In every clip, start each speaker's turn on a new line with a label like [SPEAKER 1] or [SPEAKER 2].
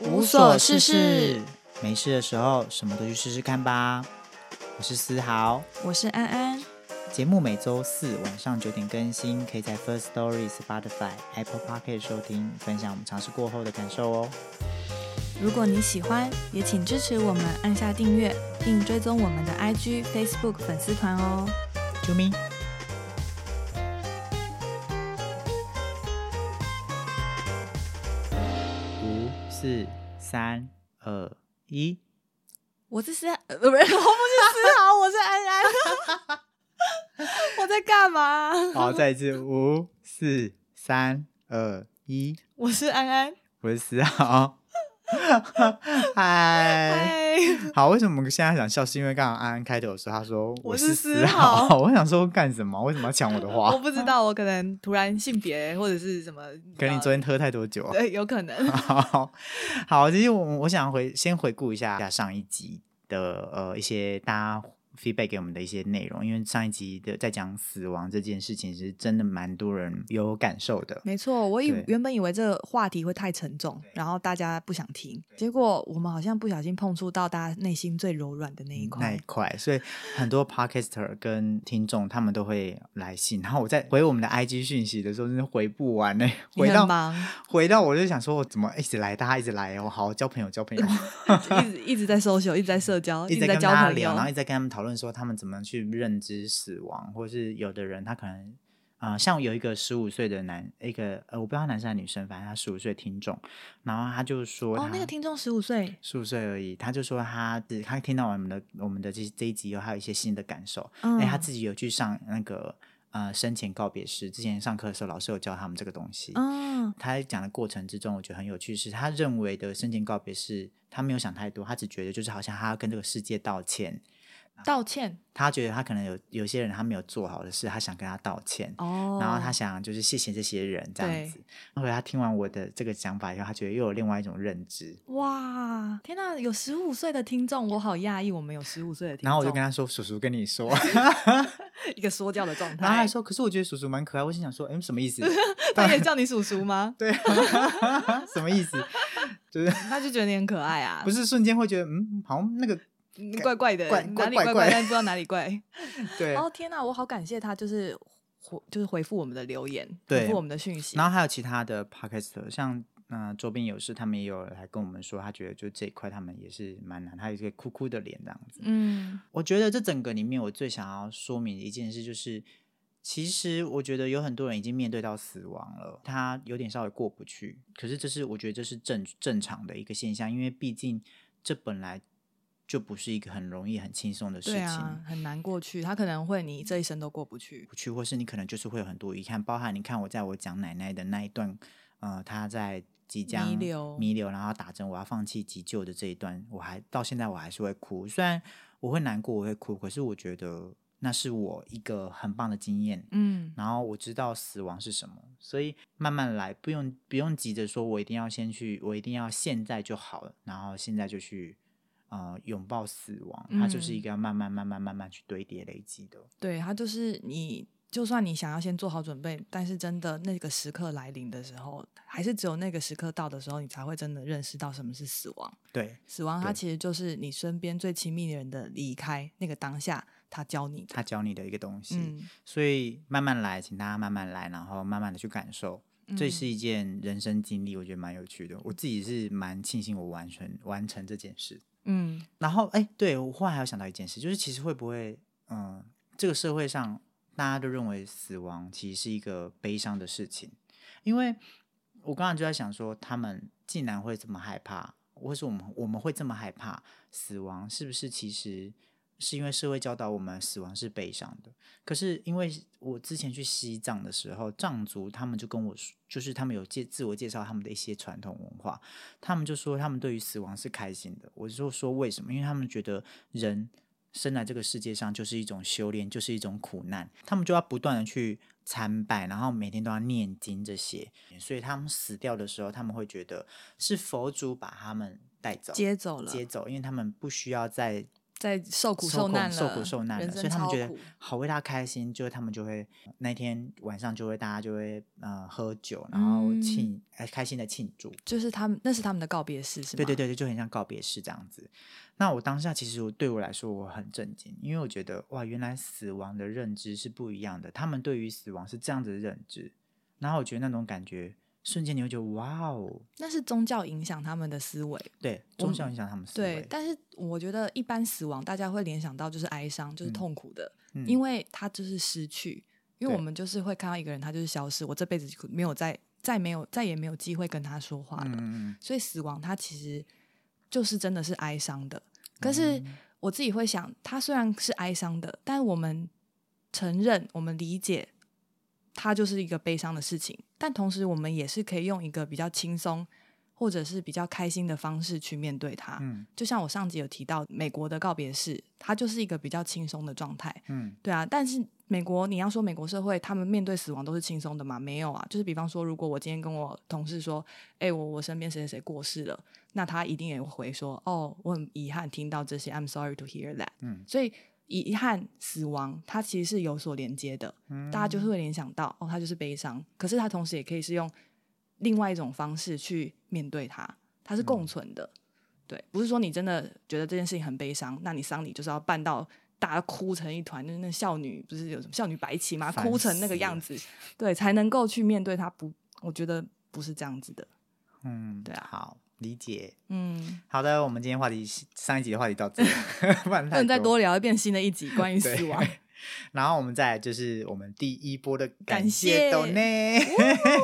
[SPEAKER 1] 无所事事，
[SPEAKER 2] 没事的时候什么都去试试看吧。我是思豪，
[SPEAKER 1] 我是安安，
[SPEAKER 2] 节目每周四晚上九点更新，可以在 First Story、Spotify、Apple p o c k e t 收听，分享我们尝试过后的感受哦。
[SPEAKER 1] 如果你喜欢，也请支持我们按下订阅，并追踪我们的 IG、Facebook 粉丝团哦。
[SPEAKER 2] 啾咪。五四三二一，
[SPEAKER 1] 我是思，呃， 不是，我不是思豪，我是安安。 我在干嘛？
[SPEAKER 2] 好，哦再一次，五四三二一，
[SPEAKER 1] 我是安安。
[SPEAKER 2] 我是思豪。 嗨，
[SPEAKER 1] 嗨，
[SPEAKER 2] 好，为什么我们现在想笑？是因为刚刚安安开头的时候，他说
[SPEAKER 1] 我是
[SPEAKER 2] 是
[SPEAKER 1] 思
[SPEAKER 2] 豪，
[SPEAKER 1] 豪
[SPEAKER 2] 我想说干什么？为什么要抢我的 话
[SPEAKER 1] 我？不知道，我可能突然性别或者是什么，
[SPEAKER 2] 可能你
[SPEAKER 1] 追
[SPEAKER 2] 昨天喝太多酒啊。
[SPEAKER 1] 对，有可能。
[SPEAKER 2] 好，好，其实我我想回先回顾一下上一集的呃一些大家 feedback 给我们的一些内容，因为上一集的在讲死亡这件事情，是真的蛮多人有感受的。
[SPEAKER 1] 没错，我以
[SPEAKER 2] 对
[SPEAKER 1] 原本以为这个话题会太沉重，然后大家不想听，结果我们好像不小心碰触到大家内心最柔软的那一
[SPEAKER 2] 那一
[SPEAKER 1] 块。
[SPEAKER 2] 块，所以很多 podcaster 跟听众他们都会来信，然后我在回我们的 IG 讯息的时候，真的回不完呢、
[SPEAKER 1] 你
[SPEAKER 2] 回
[SPEAKER 1] 很
[SPEAKER 2] 到
[SPEAKER 1] 忙
[SPEAKER 2] 回到我就想说，我怎么一直来，大家一直来哦，好交朋友交朋友，
[SPEAKER 1] 一直一直在哦 social，一直在社交，
[SPEAKER 2] 一
[SPEAKER 1] 直
[SPEAKER 2] 直在
[SPEAKER 1] 在
[SPEAKER 2] 跟
[SPEAKER 1] 交
[SPEAKER 2] 大家
[SPEAKER 1] 朋
[SPEAKER 2] 聊，
[SPEAKER 1] 友
[SPEAKER 2] 然。后一直在跟他们讨论说他们怎么去认知死亡，或是有的人他可能。啊、像有一个十五岁的男，一个呃，我不知道他男生还是女生，反正他十五岁听众，然后他就说他，
[SPEAKER 1] 哦，那个听众十五岁，
[SPEAKER 2] 十五岁而已，他就说他只他听到我们的我们的这这一集以后，还有一些新的感受，
[SPEAKER 1] 嗯，
[SPEAKER 2] 哎、他自己有去上那个呃生前告别式，之前上课的时候老师有教他们这个东西。
[SPEAKER 1] 嗯
[SPEAKER 2] 他在讲的过程之中，我觉得很有趣是，他认为的生前告别是，他没有想太多，他只觉得就是好像他要跟这个世界道歉，啊
[SPEAKER 1] 道歉
[SPEAKER 2] 他觉得他可能有有些人他没有做好的事，他想跟他道歉。
[SPEAKER 1] 哦，
[SPEAKER 2] 然后他想就是谢谢这些人这样
[SPEAKER 1] 对
[SPEAKER 2] 子，后来他听完我的这个讲法以后，他觉得又有另外一种认知，
[SPEAKER 1] 哇，天哪，有十五岁的听众，我好讶异，我们有十五岁的听众，
[SPEAKER 2] 然后我就跟他说：“叔叔跟 你说。”
[SPEAKER 1] 一个说教的状
[SPEAKER 2] 然后他
[SPEAKER 1] 态
[SPEAKER 2] 还。说：“可是我觉得叔叔蛮可爱。”我心想说：“嗯，什 么意思？？
[SPEAKER 1] 他也叫你叔叔吗
[SPEAKER 2] 对 啊，什么意思？就是
[SPEAKER 1] 他就觉得你很可爱啊，
[SPEAKER 2] 不是瞬间会觉得嗯，好像那个
[SPEAKER 1] 嗯怪怪的，
[SPEAKER 2] 怪
[SPEAKER 1] 哪里
[SPEAKER 2] 怪怪
[SPEAKER 1] 怪，
[SPEAKER 2] 怪
[SPEAKER 1] 但不知道哪里怪。
[SPEAKER 2] 对。
[SPEAKER 1] 哦天哪，我好感谢他，就是回就是回复我们的留言，
[SPEAKER 2] 对
[SPEAKER 1] 回复我们的讯息。
[SPEAKER 2] 然后还有其他的 podcast，像嗯、呃周边有事，他们也有来跟我们说，他觉得就这一块他们也是蛮难，他有一个哭哭的脸这样子。
[SPEAKER 1] 嗯，
[SPEAKER 2] 我觉得这整个里面，我最想要说明的一件事就是，其实我觉得有很多人已经面对到死亡了，他有点稍微过不去。可是这是我觉得这是正正常的一个现象，因为毕竟这本来就不是一个很容易、很轻松的事
[SPEAKER 1] 对
[SPEAKER 2] 情。
[SPEAKER 1] 啊，很难过去，他可能会你这一生都过不去。
[SPEAKER 2] 不去，或是你可能就是会有很多遗憾，包含你看我在我讲奶奶的那一段，呃，她在即将
[SPEAKER 1] 留
[SPEAKER 2] 弥留，然后打针，我要放弃急救的这一段，我还到现在我还是会哭，虽然我会难过，我会哭，可是我觉得那是我一个很棒的经验。
[SPEAKER 1] 嗯，
[SPEAKER 2] 然后我知道死亡是什么，所以慢慢来，不用不用急着说，我一定要先去，我一定要现在就好了，然后现在就去，呃，拥抱死亡，它就是一
[SPEAKER 1] 嗯
[SPEAKER 2] 个要慢慢慢慢慢慢去堆叠累积的。
[SPEAKER 1] 对他就是你，就算你想要先做好准备，但是真的那个时刻来临的时候，还是只有那个时刻到的时候，你才会真的认识到什么是死亡。
[SPEAKER 2] 对，
[SPEAKER 1] 死亡它
[SPEAKER 2] 对
[SPEAKER 1] 其实就是你身边最亲密的人的离开，那个当下他教你的。
[SPEAKER 2] 他教你的一个东西。
[SPEAKER 1] 嗯，
[SPEAKER 2] 所以慢慢来，请大家慢慢来，然后慢慢的去感受，这
[SPEAKER 1] 嗯
[SPEAKER 2] 是一件人生经历，我觉得蛮有趣的。我自己是蛮庆幸我完成完成这件事。
[SPEAKER 1] 嗯，
[SPEAKER 2] 然后，哎，对我忽然还有想到一件事，就是其实会不会，嗯、这个社会上大家都认为死亡其实是一个悲伤的事情，因为我刚刚就在想说，他们竟然会这么害怕，或是我们我们会这么害怕死亡，是不是其实是因为社会教导我们死亡是悲伤的？可是因为我之前去西藏的时候，藏族他们就跟我说，就是他们有介自我介绍他们的一些传统文化，他们就说他们对于死亡是开心的。我就说为什么？因为他们觉得人生来这个世界上就是一种修炼，就是一种苦难，他们就要不断的去参拜，然后每天都要念经这些，所以他们死掉的时候，他们会觉得是佛祖把他们带走。
[SPEAKER 1] 接走了，
[SPEAKER 2] 接走，因为他们不需要再
[SPEAKER 1] 在受苦
[SPEAKER 2] 受
[SPEAKER 1] 难了，
[SPEAKER 2] 受苦受难
[SPEAKER 1] 人
[SPEAKER 2] 了，所
[SPEAKER 1] 生
[SPEAKER 2] 以他们
[SPEAKER 1] 超
[SPEAKER 2] 觉得
[SPEAKER 1] 苦
[SPEAKER 2] 好为他开心，就是他们就会那天晚上就会大家就会呃喝酒，然后
[SPEAKER 1] 嗯
[SPEAKER 2] 庆、呃开心的庆祝，
[SPEAKER 1] 就是他们那是他们的告别式，是吗？
[SPEAKER 2] 对对，对对，就很像告别式这样子。那我当下其实我对我来说我很震惊，因为我觉得哇，原来死亡的认知是不一样的，他们对于死亡是这样子的认知，然后我觉得那种感觉瞬间你会觉得哇哦，
[SPEAKER 1] 那是宗教影响他们的思维。
[SPEAKER 2] 对，
[SPEAKER 1] 我
[SPEAKER 2] 宗
[SPEAKER 1] 们
[SPEAKER 2] 教影响他们思维，
[SPEAKER 1] 对，但是我觉得一般死亡大家会联想到就是哀伤，就是
[SPEAKER 2] 嗯
[SPEAKER 1] 痛苦的，
[SPEAKER 2] 嗯
[SPEAKER 1] 因为他就是失去，因为我
[SPEAKER 2] 对
[SPEAKER 1] 们就是会看到一个人，他就是消失，我这辈子就没有再再没有再也没有机会跟他说话了，
[SPEAKER 2] 嗯嗯嗯
[SPEAKER 1] 所以死亡它其实就是真的是哀伤的。可是我自己会想，它虽然是哀伤的，但我们承认，我们理解，它就是一个悲伤的事情。但同时，我们也是可以用一个比较轻松或者是比较开心的方式去面对它。
[SPEAKER 2] 嗯
[SPEAKER 1] 就像我上集有提到，美国的告别式，它就是一个比较轻松的状态。
[SPEAKER 2] 嗯
[SPEAKER 1] 对啊，但是美国，你要说美国社会，他们面对死亡都是轻松的吗？没有啊，就是比方说，如果我今天跟我同事说，哎、我我身边谁谁谁过世了，那他一定也会回说，哦，我很遗憾听到这些，I'm sorry to hear that。
[SPEAKER 2] 嗯
[SPEAKER 1] 所以遗憾、死亡，它其实是有所连接的，
[SPEAKER 2] 嗯
[SPEAKER 1] 大家就是会联想到，哦，它就是悲伤，可是它同时也可以是用另外一种方式去面对它，它是
[SPEAKER 2] 嗯
[SPEAKER 1] 共存的。对，不是说你真的觉得这件事情很悲伤，那你丧礼就是要办到大家哭成一团，就是那少女不是有什么少女白起嘛，
[SPEAKER 2] 烦
[SPEAKER 1] 哭成那个
[SPEAKER 2] 死
[SPEAKER 1] 样
[SPEAKER 2] 了
[SPEAKER 1] 子，对，才能够去面对它。不，我觉得不是这样子的。
[SPEAKER 2] 嗯，
[SPEAKER 1] 对啊
[SPEAKER 2] 好理解。
[SPEAKER 1] 嗯，
[SPEAKER 2] 好的，我们今天话题是上一集的话题到 这里，不然
[SPEAKER 1] 不
[SPEAKER 2] 太
[SPEAKER 1] 能再
[SPEAKER 2] 多
[SPEAKER 1] 多聊，会变新的一集关于
[SPEAKER 2] 对
[SPEAKER 1] 死 亡。
[SPEAKER 2] 然后我们再来就是我们第一波的
[SPEAKER 1] 感
[SPEAKER 2] 感
[SPEAKER 1] 谢
[SPEAKER 2] 谢抖内，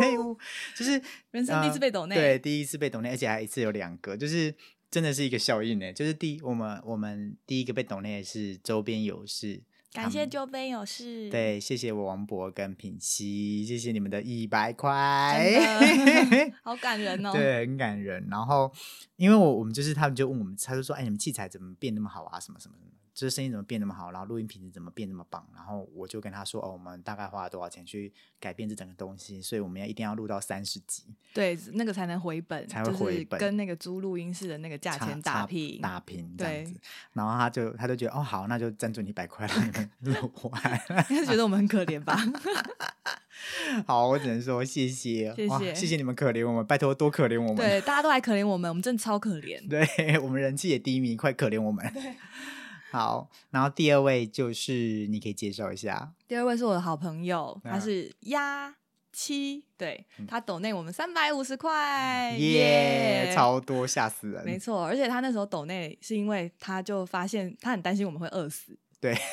[SPEAKER 2] 就是
[SPEAKER 1] 人生第一次被
[SPEAKER 2] 呃
[SPEAKER 1] 抖内
[SPEAKER 2] 对，第一次被抖内，而且还一次有两个，就是真的是一个效应呢。就是第我们我们第一个被抖内是周边有事，
[SPEAKER 1] 感谢周边有事，，
[SPEAKER 2] 对，谢谢我王博跟品熙，谢谢你们的一百
[SPEAKER 1] 真
[SPEAKER 2] 块。
[SPEAKER 1] 好感人哦。
[SPEAKER 2] 对，很感人。然后，因为我我们就是他们就问我们，他就说：“哎，你们器材怎么变那么好啊？什么什么什么，就是声音怎么变那么好？然后录音品质怎么变那么棒？”然后我就跟他说：“哦，我们大概花了多少钱去改变这整个东西？所以我们要一定要录到三十集，
[SPEAKER 1] 对，那个才能回本，
[SPEAKER 2] 才会回本
[SPEAKER 1] 就是跟那个租录音室的那个价
[SPEAKER 2] 差
[SPEAKER 1] 钱
[SPEAKER 2] 差
[SPEAKER 1] 打平。
[SPEAKER 2] 打平这样
[SPEAKER 1] 对
[SPEAKER 2] 子。”然后他就他就觉得：“哦，好，那就赞助你一百块，让你们 录完。
[SPEAKER 1] 应该觉得我们很可怜吧？”
[SPEAKER 2] 好，我只能说谢谢，
[SPEAKER 1] 谢
[SPEAKER 2] 哇
[SPEAKER 1] 谢
[SPEAKER 2] 谢谢你们可怜我们，拜托多可怜 我们。
[SPEAKER 1] 对，大家都来可怜我们，我们真的超可怜。
[SPEAKER 2] 对 我们人气也低迷，快可怜我们。 好，然后第二位就是你可以介绍一下，
[SPEAKER 1] 第二位是我的好朋友，
[SPEAKER 2] 嗯
[SPEAKER 1] 他是鸭七，对
[SPEAKER 2] 嗯
[SPEAKER 1] 他抖内我们三百五十块，
[SPEAKER 2] 耶、
[SPEAKER 1] 哎耶
[SPEAKER 2] 超多吓死人，
[SPEAKER 1] 没错，而且他那时候抖内是因为他就发现他很担心我们会饿死，
[SPEAKER 2] 对，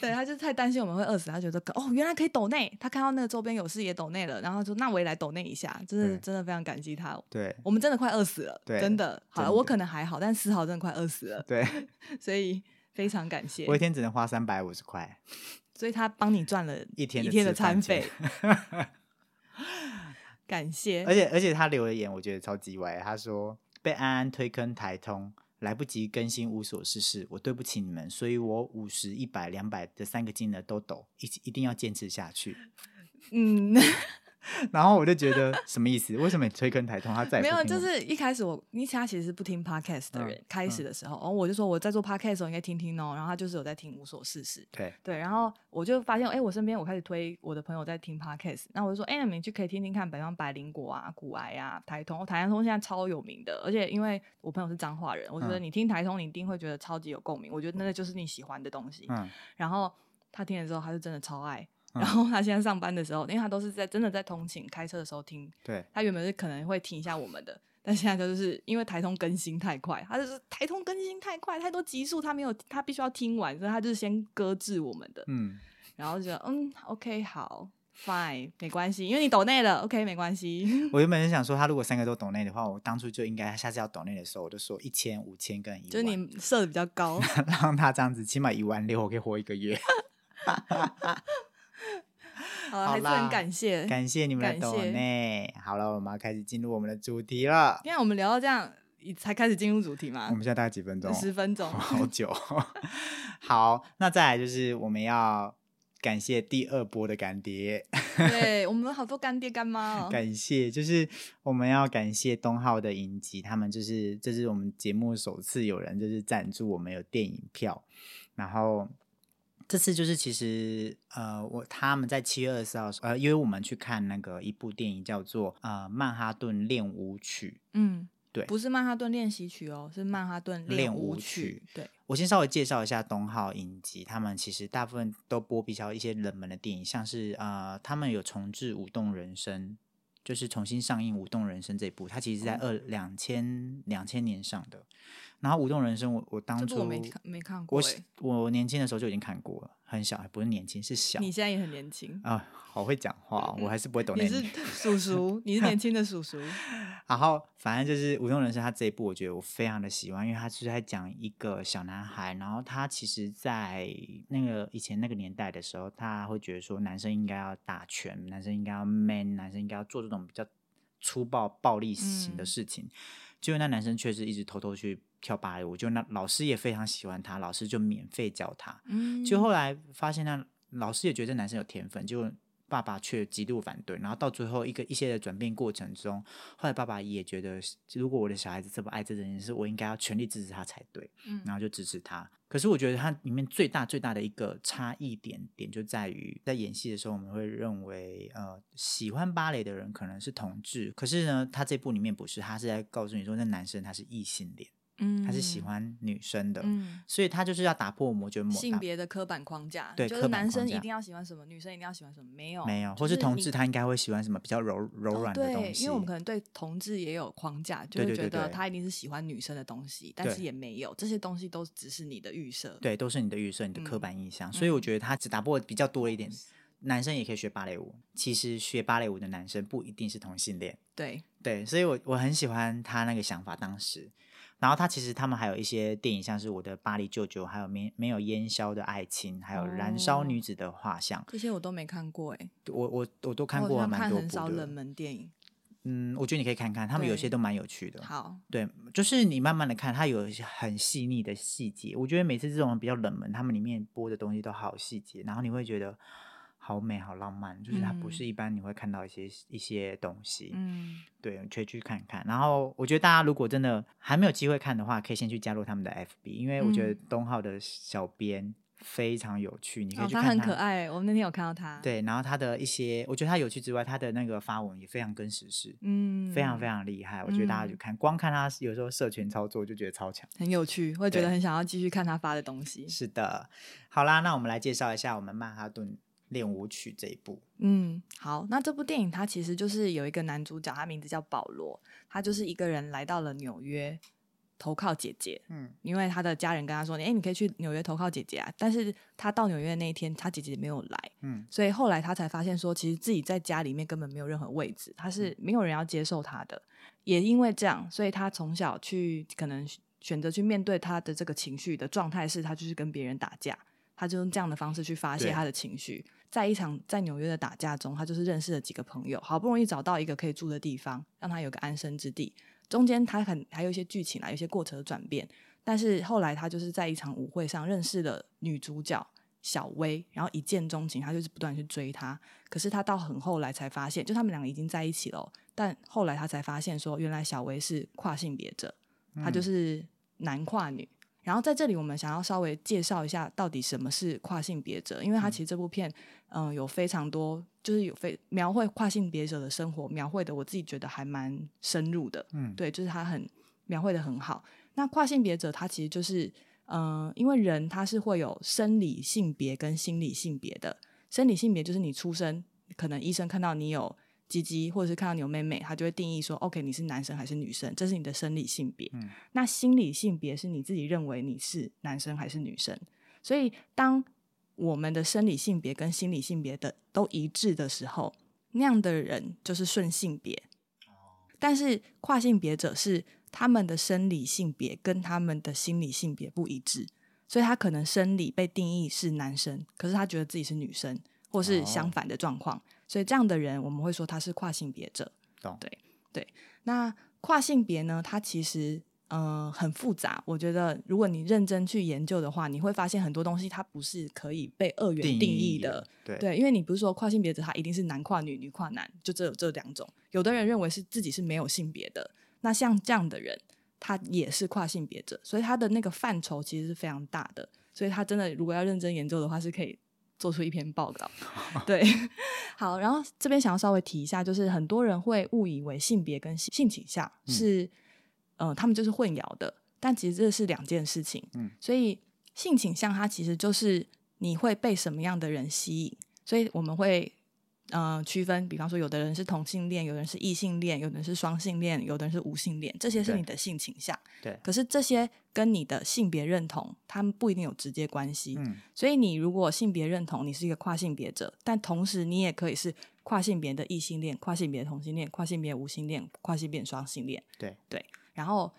[SPEAKER 1] 对，他就太担心我们会饿死，他觉得哦原来可以抖内，他看到那个周边有事也抖内了，然后说那我也来抖内一下，真的
[SPEAKER 2] 对
[SPEAKER 1] 真的非常感激他，
[SPEAKER 2] 对
[SPEAKER 1] 我们真的快饿死了，
[SPEAKER 2] 对
[SPEAKER 1] 真的。好了，
[SPEAKER 2] 真的
[SPEAKER 1] 我可能还好，但思豪真的快饿死了，
[SPEAKER 2] 对，
[SPEAKER 1] 所以非常感谢
[SPEAKER 2] 我。一天只能花三百五十块，
[SPEAKER 1] 所以他帮你赚了
[SPEAKER 2] 一天
[SPEAKER 1] 一
[SPEAKER 2] 的
[SPEAKER 1] 天的
[SPEAKER 2] 吃饭
[SPEAKER 1] 餐
[SPEAKER 2] 钱
[SPEAKER 1] 费，感谢
[SPEAKER 2] 而。且而且他留的言我觉得超级歪，他说被安安推坑台通。来不及更新无所事事，我对不起你们，所以我五十、一百、两百的三个金额都抖，一起一定要坚持 下去。
[SPEAKER 1] 嗯，
[SPEAKER 2] 然后我就觉得什么意思？为什么你推坑台通，他再也
[SPEAKER 1] 没
[SPEAKER 2] 不
[SPEAKER 1] 有，
[SPEAKER 2] 听
[SPEAKER 1] 就
[SPEAKER 2] 我们
[SPEAKER 1] 是一开始我，你他其实是不听 podcast 的人。
[SPEAKER 2] 嗯
[SPEAKER 1] 开始
[SPEAKER 2] 嗯
[SPEAKER 1] 的时候，哦，我就说我在做 podcast 的时候应该听听哦，然后他就是有在听无所事事。
[SPEAKER 2] 对
[SPEAKER 1] 对，然后我就发现，哎、我身边我开始推我的朋友在听 podcast，那我就说，哎、你们去可以听听看，北方百灵果啊、古癌啊、台通，台通现在超有名的，而且因为我朋友是彰化人，我觉得
[SPEAKER 2] 嗯
[SPEAKER 1] 你听台通，你一定会觉得超级有共鸣，我觉得那个就是你喜欢的东西。
[SPEAKER 2] 嗯，
[SPEAKER 1] 然后他听了之后，他就真的超爱。
[SPEAKER 2] 嗯
[SPEAKER 1] 然后他现在上班的时候，因为他都是在真的在通勤开车的时候听，
[SPEAKER 2] 对，
[SPEAKER 1] 他原本是可能会听一下我们的，但现在他就是因为台通更新太快，他就是台通更新太快，太多集数他没有，他必须要听完，所以他就是先搁置我们的，
[SPEAKER 2] 嗯，
[SPEAKER 1] 然后就觉得嗯，OK，好，fine，没关系，因为你抖内了，OK，没关系，
[SPEAKER 2] 我原本是想说，他如果三个都懂内的话，我当初就应该下次要懂内的时候，我就说一千、五千跟一万，
[SPEAKER 1] 就是你设的比较高，
[SPEAKER 2] 让他这样子，起码一万六，我可以活一个月。
[SPEAKER 1] 好了，
[SPEAKER 2] 好
[SPEAKER 1] 还是
[SPEAKER 2] 啦
[SPEAKER 1] 很感谢。
[SPEAKER 2] 感谢你们的
[SPEAKER 1] 感
[SPEAKER 2] 懂
[SPEAKER 1] 谢
[SPEAKER 2] 内。好了，我们要开始进入我们的主题了。
[SPEAKER 1] 现在我们聊到这样，才开始进入主题嘛
[SPEAKER 2] 我，们现在大概几分钟？
[SPEAKER 1] 十分钟，
[SPEAKER 2] 好久。好，那再来就是我们要感谢第二波的干爹，
[SPEAKER 1] 对我们好多干爹干妈哦。
[SPEAKER 2] 感谢就是我们要感谢东浩的影集，他们就是这是我们节目首次有人就是赞助我们有电影票，然后这次就是其实呃我他们在七月二十四号的时候呃因为我们去看那个一部电影叫做呃曼哈顿练舞曲，
[SPEAKER 1] 嗯，
[SPEAKER 2] 对
[SPEAKER 1] 不是曼哈顿练习曲哦，是曼哈顿
[SPEAKER 2] 练舞
[SPEAKER 1] 舞
[SPEAKER 2] 曲。
[SPEAKER 1] 对，
[SPEAKER 2] 我先稍微介绍一下东浩影集，他们其实大部分都播比较一些冷门的电影，像是呃，他们有重置《舞动人生》，就是重新上映《舞动人生》这一部，它其实是
[SPEAKER 1] 哦
[SPEAKER 2] 在二两千两千年上的。然后《舞动人生》我，我当
[SPEAKER 1] 这
[SPEAKER 2] 初
[SPEAKER 1] 部我没看没看过
[SPEAKER 2] 我
[SPEAKER 1] 欸
[SPEAKER 2] 我年轻的时候就已经看过了，很小，不是年轻，是小
[SPEAKER 1] 你现在也很年轻，
[SPEAKER 2] 啊、好会讲话 哦，我还是不会懂那
[SPEAKER 1] 你是 叔叔，你是年轻的叔叔。
[SPEAKER 2] 然后反正就是《舞动人生》，他这一部我觉得我非常的喜欢，因为他是在讲一个小男孩，然后他其实，在那个以前那个年代的时候，他会觉得说男生应该要打拳，男生应该要 man，男生应该要做这种比较粗暴、暴力型的
[SPEAKER 1] 嗯
[SPEAKER 2] 事情。结果那男生确实一直偷偷去跳芭蕾舞，就那老师也非常喜欢他，老师就免费教他。
[SPEAKER 1] 嗯，
[SPEAKER 2] 就后来发现那老师也觉得这男生有天分，结果爸爸却极度反对。然后到最后一个一些的转变过程中，后来爸爸也觉得，如果我的小孩子这么爱这件事，我应该要全力支持他才对，
[SPEAKER 1] 嗯
[SPEAKER 2] 然后就支持他。可是我觉得它里面最大最大的一个差异点点就在于，在演戏的时候，我们会认为，呃，喜欢芭蕾的人可能是同志，可是呢，他这部里面不是，他是在告诉你说，那男生他是异性恋，
[SPEAKER 1] 嗯
[SPEAKER 2] 他是喜欢女生的。
[SPEAKER 1] 嗯
[SPEAKER 2] 所以他就是要打破魔，觉得魔
[SPEAKER 1] 性别的刻板框架，
[SPEAKER 2] 对
[SPEAKER 1] 就是
[SPEAKER 2] 刻板
[SPEAKER 1] 男生
[SPEAKER 2] 框
[SPEAKER 1] 一
[SPEAKER 2] 架
[SPEAKER 1] 定要喜欢什么，女生一定要喜欢什么，没有
[SPEAKER 2] 没有，或
[SPEAKER 1] 哦就是
[SPEAKER 2] 同
[SPEAKER 1] 你
[SPEAKER 2] 志，他应该会喜欢什么比较柔柔
[SPEAKER 1] 哦
[SPEAKER 2] 软的东
[SPEAKER 1] 对，
[SPEAKER 2] 西。
[SPEAKER 1] 因为我们可能对同志也有框架，就
[SPEAKER 2] 对
[SPEAKER 1] 会
[SPEAKER 2] 对
[SPEAKER 1] 觉
[SPEAKER 2] 对
[SPEAKER 1] 得
[SPEAKER 2] 对
[SPEAKER 1] 他一定是喜欢女生的东西，但
[SPEAKER 2] 对
[SPEAKER 1] 是也没有，这些东西都只是你的预设。，
[SPEAKER 2] 对都是你的预设、你的刻
[SPEAKER 1] 嗯
[SPEAKER 2] 板印象，所以我觉得他只打破比较多了一点。男生也可以学芭蕾舞，其实学芭蕾舞的男生不一定是同性恋。
[SPEAKER 1] 对，
[SPEAKER 2] 对，所以我我很喜欢他那个想法当时。然后他其实他们还有一些电影，像是《我的巴黎舅舅》，还有没没有烟消的爱情，还有《燃烧
[SPEAKER 1] 哦
[SPEAKER 2] 女子的画像》
[SPEAKER 1] 这些我都没看过哎，
[SPEAKER 2] 我我我都看
[SPEAKER 1] 我好
[SPEAKER 2] 过
[SPEAKER 1] 像
[SPEAKER 2] 蛮
[SPEAKER 1] 看
[SPEAKER 2] 多
[SPEAKER 1] 很
[SPEAKER 2] 部
[SPEAKER 1] 少冷
[SPEAKER 2] 的。
[SPEAKER 1] 门电影。
[SPEAKER 2] 嗯，我觉得你可以看看，他们有
[SPEAKER 1] 对
[SPEAKER 2] 些都蛮有趣的。
[SPEAKER 1] 好，
[SPEAKER 2] 对，就是你慢慢的看，它有一些很细腻的细节。我觉得每次这种比较冷门，他们里面播的东西都好细节，然后你会觉得好美、好浪漫，就是它不
[SPEAKER 1] 嗯
[SPEAKER 2] 是一般你会看到一些一些东西。
[SPEAKER 1] 嗯，
[SPEAKER 2] 对，可以去看看。然后我觉得大家如果真的还没有机会看的话，可以先去加入他们的 FB，因为我觉得
[SPEAKER 1] 嗯
[SPEAKER 2] 东浩的小编非常有趣，你可以
[SPEAKER 1] 哦，
[SPEAKER 2] 去
[SPEAKER 1] 他
[SPEAKER 2] 看
[SPEAKER 1] 很可爱，我那天有看到他，，
[SPEAKER 2] 对，然后他的一些，我觉得他有趣之外，他的那个发文也非常跟时事。
[SPEAKER 1] 嗯，
[SPEAKER 2] 非常非常厉害，我觉得大家去看，光看他有时候社群操作就觉得超强。
[SPEAKER 1] 很有趣，会觉
[SPEAKER 2] 对
[SPEAKER 1] 得很想要继续看他发的东西。
[SPEAKER 2] 是的，好啦，那我们来介绍一下我们《曼哈顿练舞曲》这一部。
[SPEAKER 1] 嗯，好，那这部电影它其实就是有一个男主角，他名字叫保罗，他就是一个人来到了纽约投靠姐姐，
[SPEAKER 2] 嗯，
[SPEAKER 1] 因为他的家人跟他说：“哎、你可以去纽约投靠姐姐啊。”但是他到纽约那一天，他姐姐没有来，
[SPEAKER 2] 嗯，
[SPEAKER 1] 所以后来他才发现说，其实自己在家里面根本没有任何位置，他
[SPEAKER 2] 嗯
[SPEAKER 1] 是没有人要接受他的。也因为这样，所以他从小去可能选择去面对他的这个情绪的状态是，他就是跟别人打架，他就用这样的方式去发泄
[SPEAKER 2] 对
[SPEAKER 1] 他的情绪。在一场在纽约的打架中，他就是认识了几个朋友，好不容易找到一个可以住的地方，让他有个安身之地。中间他很还有一些剧情啊，有一些过程的转变，但是后来他就是在一场舞会上认识了女主角小薇，然后一见钟情，他就是不断地去追她。可是他到很后来才发现，就他们两个已经在一起了哦，但后来他才发现说，原来小薇是跨性别者，她就
[SPEAKER 2] 嗯
[SPEAKER 1] 是男跨女。然后在这里，我们想要稍微介绍一下到底什么是跨性别者，因为他其实这部片，嗯、有非常多，就是有非描绘跨性别者的生活，描绘的我自己觉得还蛮深入的。
[SPEAKER 2] 嗯
[SPEAKER 1] 对，就是他很描绘的很好。那跨性别者他其实就是，呃，因为人他是会有生理性别跟心理性别的。生理性别就是你出生，可能医生看到你有鸡鸡，或者是看到你有妹妹，他就会定义说，OK，你是男生还是女生，这是你的生理性别。
[SPEAKER 2] 嗯
[SPEAKER 1] 那心理性别是你自己认为你是男生还是女生。所以，当我们的生理性别跟心理性别的都一致的时候，那样的人就是顺性别。但是跨性别者是他们的生理性别跟他们的心理性别不一致，所以他可能生理被定义是男生，可是他觉得自己是女生，或是
[SPEAKER 2] 哦
[SPEAKER 1] 相反的状况。所以这样的人，我们会说他是跨性别者。
[SPEAKER 2] 懂
[SPEAKER 1] 对对。那跨性别呢？它其实呃很复杂。我觉得如果你认真去研究的话，你会发现很多东西它不是可以被二元定义的。，
[SPEAKER 2] 对
[SPEAKER 1] 对，因为你不是说跨性别者他一定是男跨女、女跨男，就只有这两种。有的人认为是自己是没有性别的，那像这样的人，他也是跨性别者，所以他的那个范畴其实是非常大的。所以他真的如果要认真研究的话，是可以做出一篇报 告。对， 好，然后这边想要稍微提一下，就是很多人会误以为性别跟性性倾向
[SPEAKER 2] 嗯
[SPEAKER 1] 是，呃，他们就是混淆的，但其实这是两件事情。
[SPEAKER 2] 嗯，
[SPEAKER 1] 所以性倾向它其实就是你会被什么样的人吸引，所以我们会。呃，区分，比方说，有的人是同性恋，有的人是异性恋，有的人是双性恋，有的人是无性恋，这些是
[SPEAKER 2] 对
[SPEAKER 1] 你的性倾向。
[SPEAKER 2] 对
[SPEAKER 1] 可是这些跟你的性别认同，他们不一定有直接关系。
[SPEAKER 2] 嗯，
[SPEAKER 1] 所以你如果性别认同你是一个跨性别者，但同时你也可以是跨性别的异性恋、跨性别的同性恋、跨性别无性恋、跨性别双性恋。
[SPEAKER 2] 对
[SPEAKER 1] 对，然后。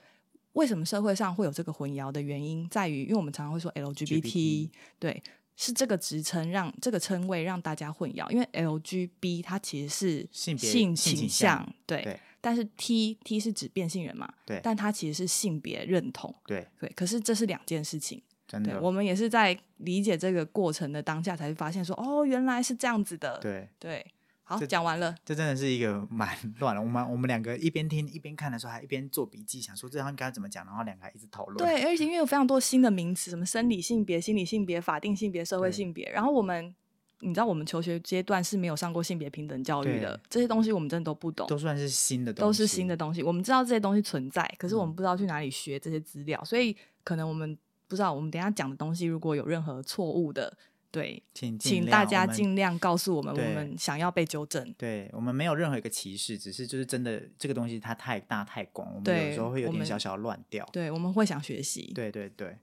[SPEAKER 1] 为什么社会上会有这个混淆的原因，在于因为我们常常会说 LGBT，,
[SPEAKER 2] LGBT
[SPEAKER 1] 对，是这个职称让这个称谓让大家混淆，因为 LGB 它其实是
[SPEAKER 2] 性别
[SPEAKER 1] 性
[SPEAKER 2] 性
[SPEAKER 1] 倾
[SPEAKER 2] 倾向
[SPEAKER 1] 对，
[SPEAKER 2] 对
[SPEAKER 1] 但是 T T 是指变性人嘛，
[SPEAKER 2] 对
[SPEAKER 1] 但它其实是性别认同，
[SPEAKER 2] 对，
[SPEAKER 1] 对，可是这是两件事情。
[SPEAKER 2] 真
[SPEAKER 1] 对
[SPEAKER 2] 的，
[SPEAKER 1] 我们也是在理解这个过程的当下，才发现说，哦，原来是这样子的。
[SPEAKER 2] 对，
[SPEAKER 1] 对好，
[SPEAKER 2] 这
[SPEAKER 1] 讲完了。
[SPEAKER 2] 这真的是一个 蛮乱的。我们我们两个一边听一边看的时候，还一边做笔记，想说这样该怎么讲，然后两个还一直讨论。
[SPEAKER 1] 对，而且因为有非常多新的名词，什么生理性别、心理性别、法定性别、社会
[SPEAKER 2] 对
[SPEAKER 1] 性别，然后我们。你知道我们求学阶段是没有上过性别平等教育的
[SPEAKER 2] 对，
[SPEAKER 1] 这些东西我们真的都不懂，
[SPEAKER 2] 都算是新的东西，
[SPEAKER 1] 都是新的东西。我们知道这些东西存在，可是我们
[SPEAKER 2] 嗯
[SPEAKER 1] 不知道去哪里学这些资料，所以可能我们不知道。我们等一下讲的东西如果有任何错误的，对，
[SPEAKER 2] 请
[SPEAKER 1] 请
[SPEAKER 2] 尽
[SPEAKER 1] 大
[SPEAKER 2] 量
[SPEAKER 1] 家
[SPEAKER 2] 我们
[SPEAKER 1] 尽量告诉我们，我
[SPEAKER 2] 对
[SPEAKER 1] 们想要被纠正。
[SPEAKER 2] 对我们没有任何一个歧视，只是就是真的这个东西它太大太广，我们
[SPEAKER 1] 对
[SPEAKER 2] 有时候会有
[SPEAKER 1] 我
[SPEAKER 2] 点
[SPEAKER 1] 们
[SPEAKER 2] 小小乱掉。
[SPEAKER 1] 对，我们会想学习。
[SPEAKER 2] 对对对，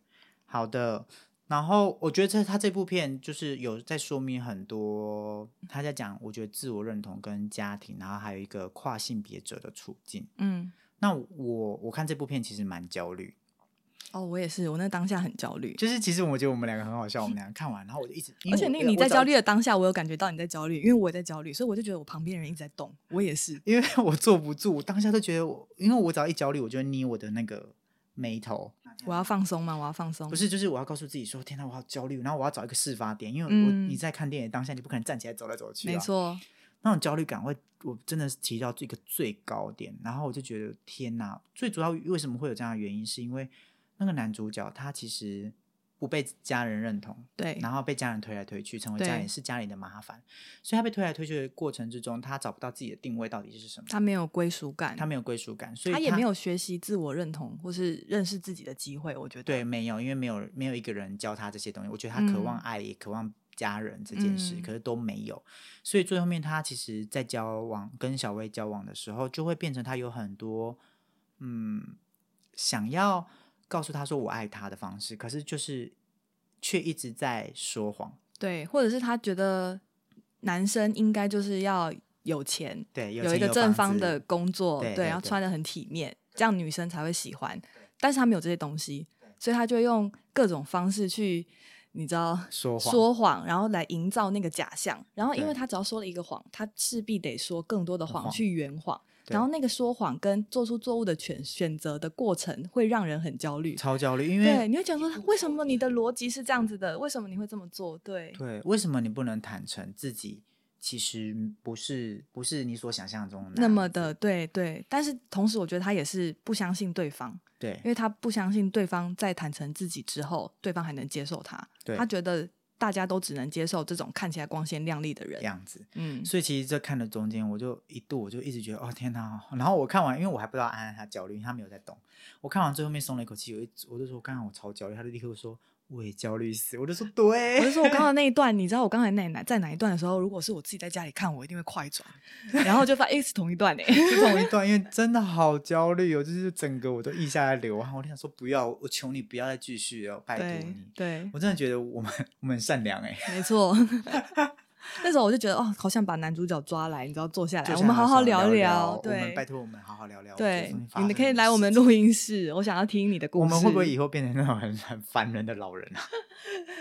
[SPEAKER 2] 好的。然后我觉得这他这部片就是有在说明很多，他在讲我觉得自我认同跟家庭，然后还有一个跨性别者的处境。
[SPEAKER 1] 嗯，
[SPEAKER 2] 那我我看这部片其实蛮焦虑，
[SPEAKER 1] 哦，我也是，我那当下很焦虑，
[SPEAKER 2] 就是其实我觉得我们两个很好笑，我们两个看完，然后我就一直，因为
[SPEAKER 1] 而且
[SPEAKER 2] 我
[SPEAKER 1] 那个你在
[SPEAKER 2] 我早
[SPEAKER 1] 焦虑的当下，我有感觉到你在焦虑，因为我也在焦虑，所以我就觉得我旁边人一直在动，我也是。
[SPEAKER 2] 因为我坐不住，我当下就觉得我，因为我只要一焦虑，我就会捏我的那个眉头，
[SPEAKER 1] 我要放松吗？我要放松
[SPEAKER 2] 不。是，就是我要告诉自己说，天哪，我好焦虑，然后我要找一个事发点，因为我、
[SPEAKER 1] 嗯
[SPEAKER 2] 你在看电影当下，你不可能站起来走来走去、啊，
[SPEAKER 1] 没，错，
[SPEAKER 2] 那种焦虑感会，我真的是提到一个最高点，然后我就觉得天哪，最主要为什么会有这样的原因，是因为那个男主角他其实不被家人认同，
[SPEAKER 1] 对，
[SPEAKER 2] 然后被家人推来推去，成为家
[SPEAKER 1] 对
[SPEAKER 2] 里是家里的麻烦，所以他被推来推去的过程之中，他找不到自己的定位到底是什么，
[SPEAKER 1] 他没有归属感，
[SPEAKER 2] 他没有归属感，所以
[SPEAKER 1] 他也没有学习自我认同或是认识自己的机会，我觉得。
[SPEAKER 2] 对，没有，因为没有没有一个人教他这些东西。我觉得他渴望
[SPEAKER 1] 嗯
[SPEAKER 2] 爱，也渴望家人这件事，
[SPEAKER 1] 嗯
[SPEAKER 2] 可是都没有。所以最后面，他其实，在交往跟小薇交往的时候，就会变成他有很多嗯想要告诉他说我爱他的方式，可是就是却一直在说谎。
[SPEAKER 1] 对，或者是他觉得男生应该就是要有钱，
[SPEAKER 2] 对，
[SPEAKER 1] 有一
[SPEAKER 2] 钱
[SPEAKER 1] 个
[SPEAKER 2] 有
[SPEAKER 1] 正
[SPEAKER 2] 房
[SPEAKER 1] 方
[SPEAKER 2] 子
[SPEAKER 1] 的工作，
[SPEAKER 2] 对
[SPEAKER 1] 对，
[SPEAKER 2] 对
[SPEAKER 1] 然后
[SPEAKER 2] 对
[SPEAKER 1] 穿的很体面，这样女生才会喜欢。但是他没有这些东西，所以他就用各种方式去，你知道。
[SPEAKER 2] 说谎，
[SPEAKER 1] 说谎，然后来营造那个假象，然后因为
[SPEAKER 2] 对
[SPEAKER 1] 他只要说了一个谎，他势必得说更多的谎
[SPEAKER 2] 谎
[SPEAKER 1] 去圆谎，
[SPEAKER 2] 对
[SPEAKER 1] 然后那个说谎跟做出错误的选选择的过程会让人很焦虑，
[SPEAKER 2] 超焦虑，因
[SPEAKER 1] 对，
[SPEAKER 2] 为
[SPEAKER 1] 你会讲说为什么你的逻辑是这样子的，为什么你会这么做？对，
[SPEAKER 2] 对，为什么你不能坦诚自己其实不是不是你所想象中的
[SPEAKER 1] 那
[SPEAKER 2] 样
[SPEAKER 1] 么
[SPEAKER 2] 子
[SPEAKER 1] 的对对，但是同时我觉得他也是不相信对方，
[SPEAKER 2] 对
[SPEAKER 1] 因为他不相信对方在坦诚自己之后，对方还能接受他。
[SPEAKER 2] 对
[SPEAKER 1] 他觉得大家都只能接受这种看起来光鲜亮丽的人。
[SPEAKER 2] 样子？
[SPEAKER 1] 嗯，
[SPEAKER 2] 所以其实这看的中间，我就一度我就一直觉得哦天哪！然后我看完，因为我还不知道安安她焦虑，因为她没有在动。我看完最后面松了一口气，我一直我就说刚刚我超焦虑，她就立刻说我也焦虑死，我就说对，
[SPEAKER 1] 我就说我刚刚那一段，你知道我刚才那哪在哪一段的时候，如果是我自己在家里看，我一定会快转，然后就发现是同一段欸呢、
[SPEAKER 2] 就同一段，因为真的好焦虑哦，就是整个我都腋下在流汗，我就想说不要，我求你不要再继续哦，拜托
[SPEAKER 1] 对
[SPEAKER 2] 你。
[SPEAKER 1] 对，
[SPEAKER 2] 欸 我真的觉得我们我们很善良哎、
[SPEAKER 1] 没错，那时候我就觉得哦，好想把男主角抓来，你知道，坐下来，
[SPEAKER 2] 就
[SPEAKER 1] 我
[SPEAKER 2] 想
[SPEAKER 1] 们好
[SPEAKER 2] 好
[SPEAKER 1] 好
[SPEAKER 2] 聊
[SPEAKER 1] 聊
[SPEAKER 2] 聊，我们
[SPEAKER 1] 对
[SPEAKER 2] 拜，托我们好好聊聊。
[SPEAKER 1] 对
[SPEAKER 2] 我觉得，发
[SPEAKER 1] 你
[SPEAKER 2] 生
[SPEAKER 1] 们可
[SPEAKER 2] 什
[SPEAKER 1] 以
[SPEAKER 2] 么
[SPEAKER 1] 来我们
[SPEAKER 2] 事
[SPEAKER 1] 录
[SPEAKER 2] 情。
[SPEAKER 1] 音室，我想要听你的故
[SPEAKER 2] 我
[SPEAKER 1] 事。
[SPEAKER 2] 们会不会以后变成那种很很烦人的老人 啊？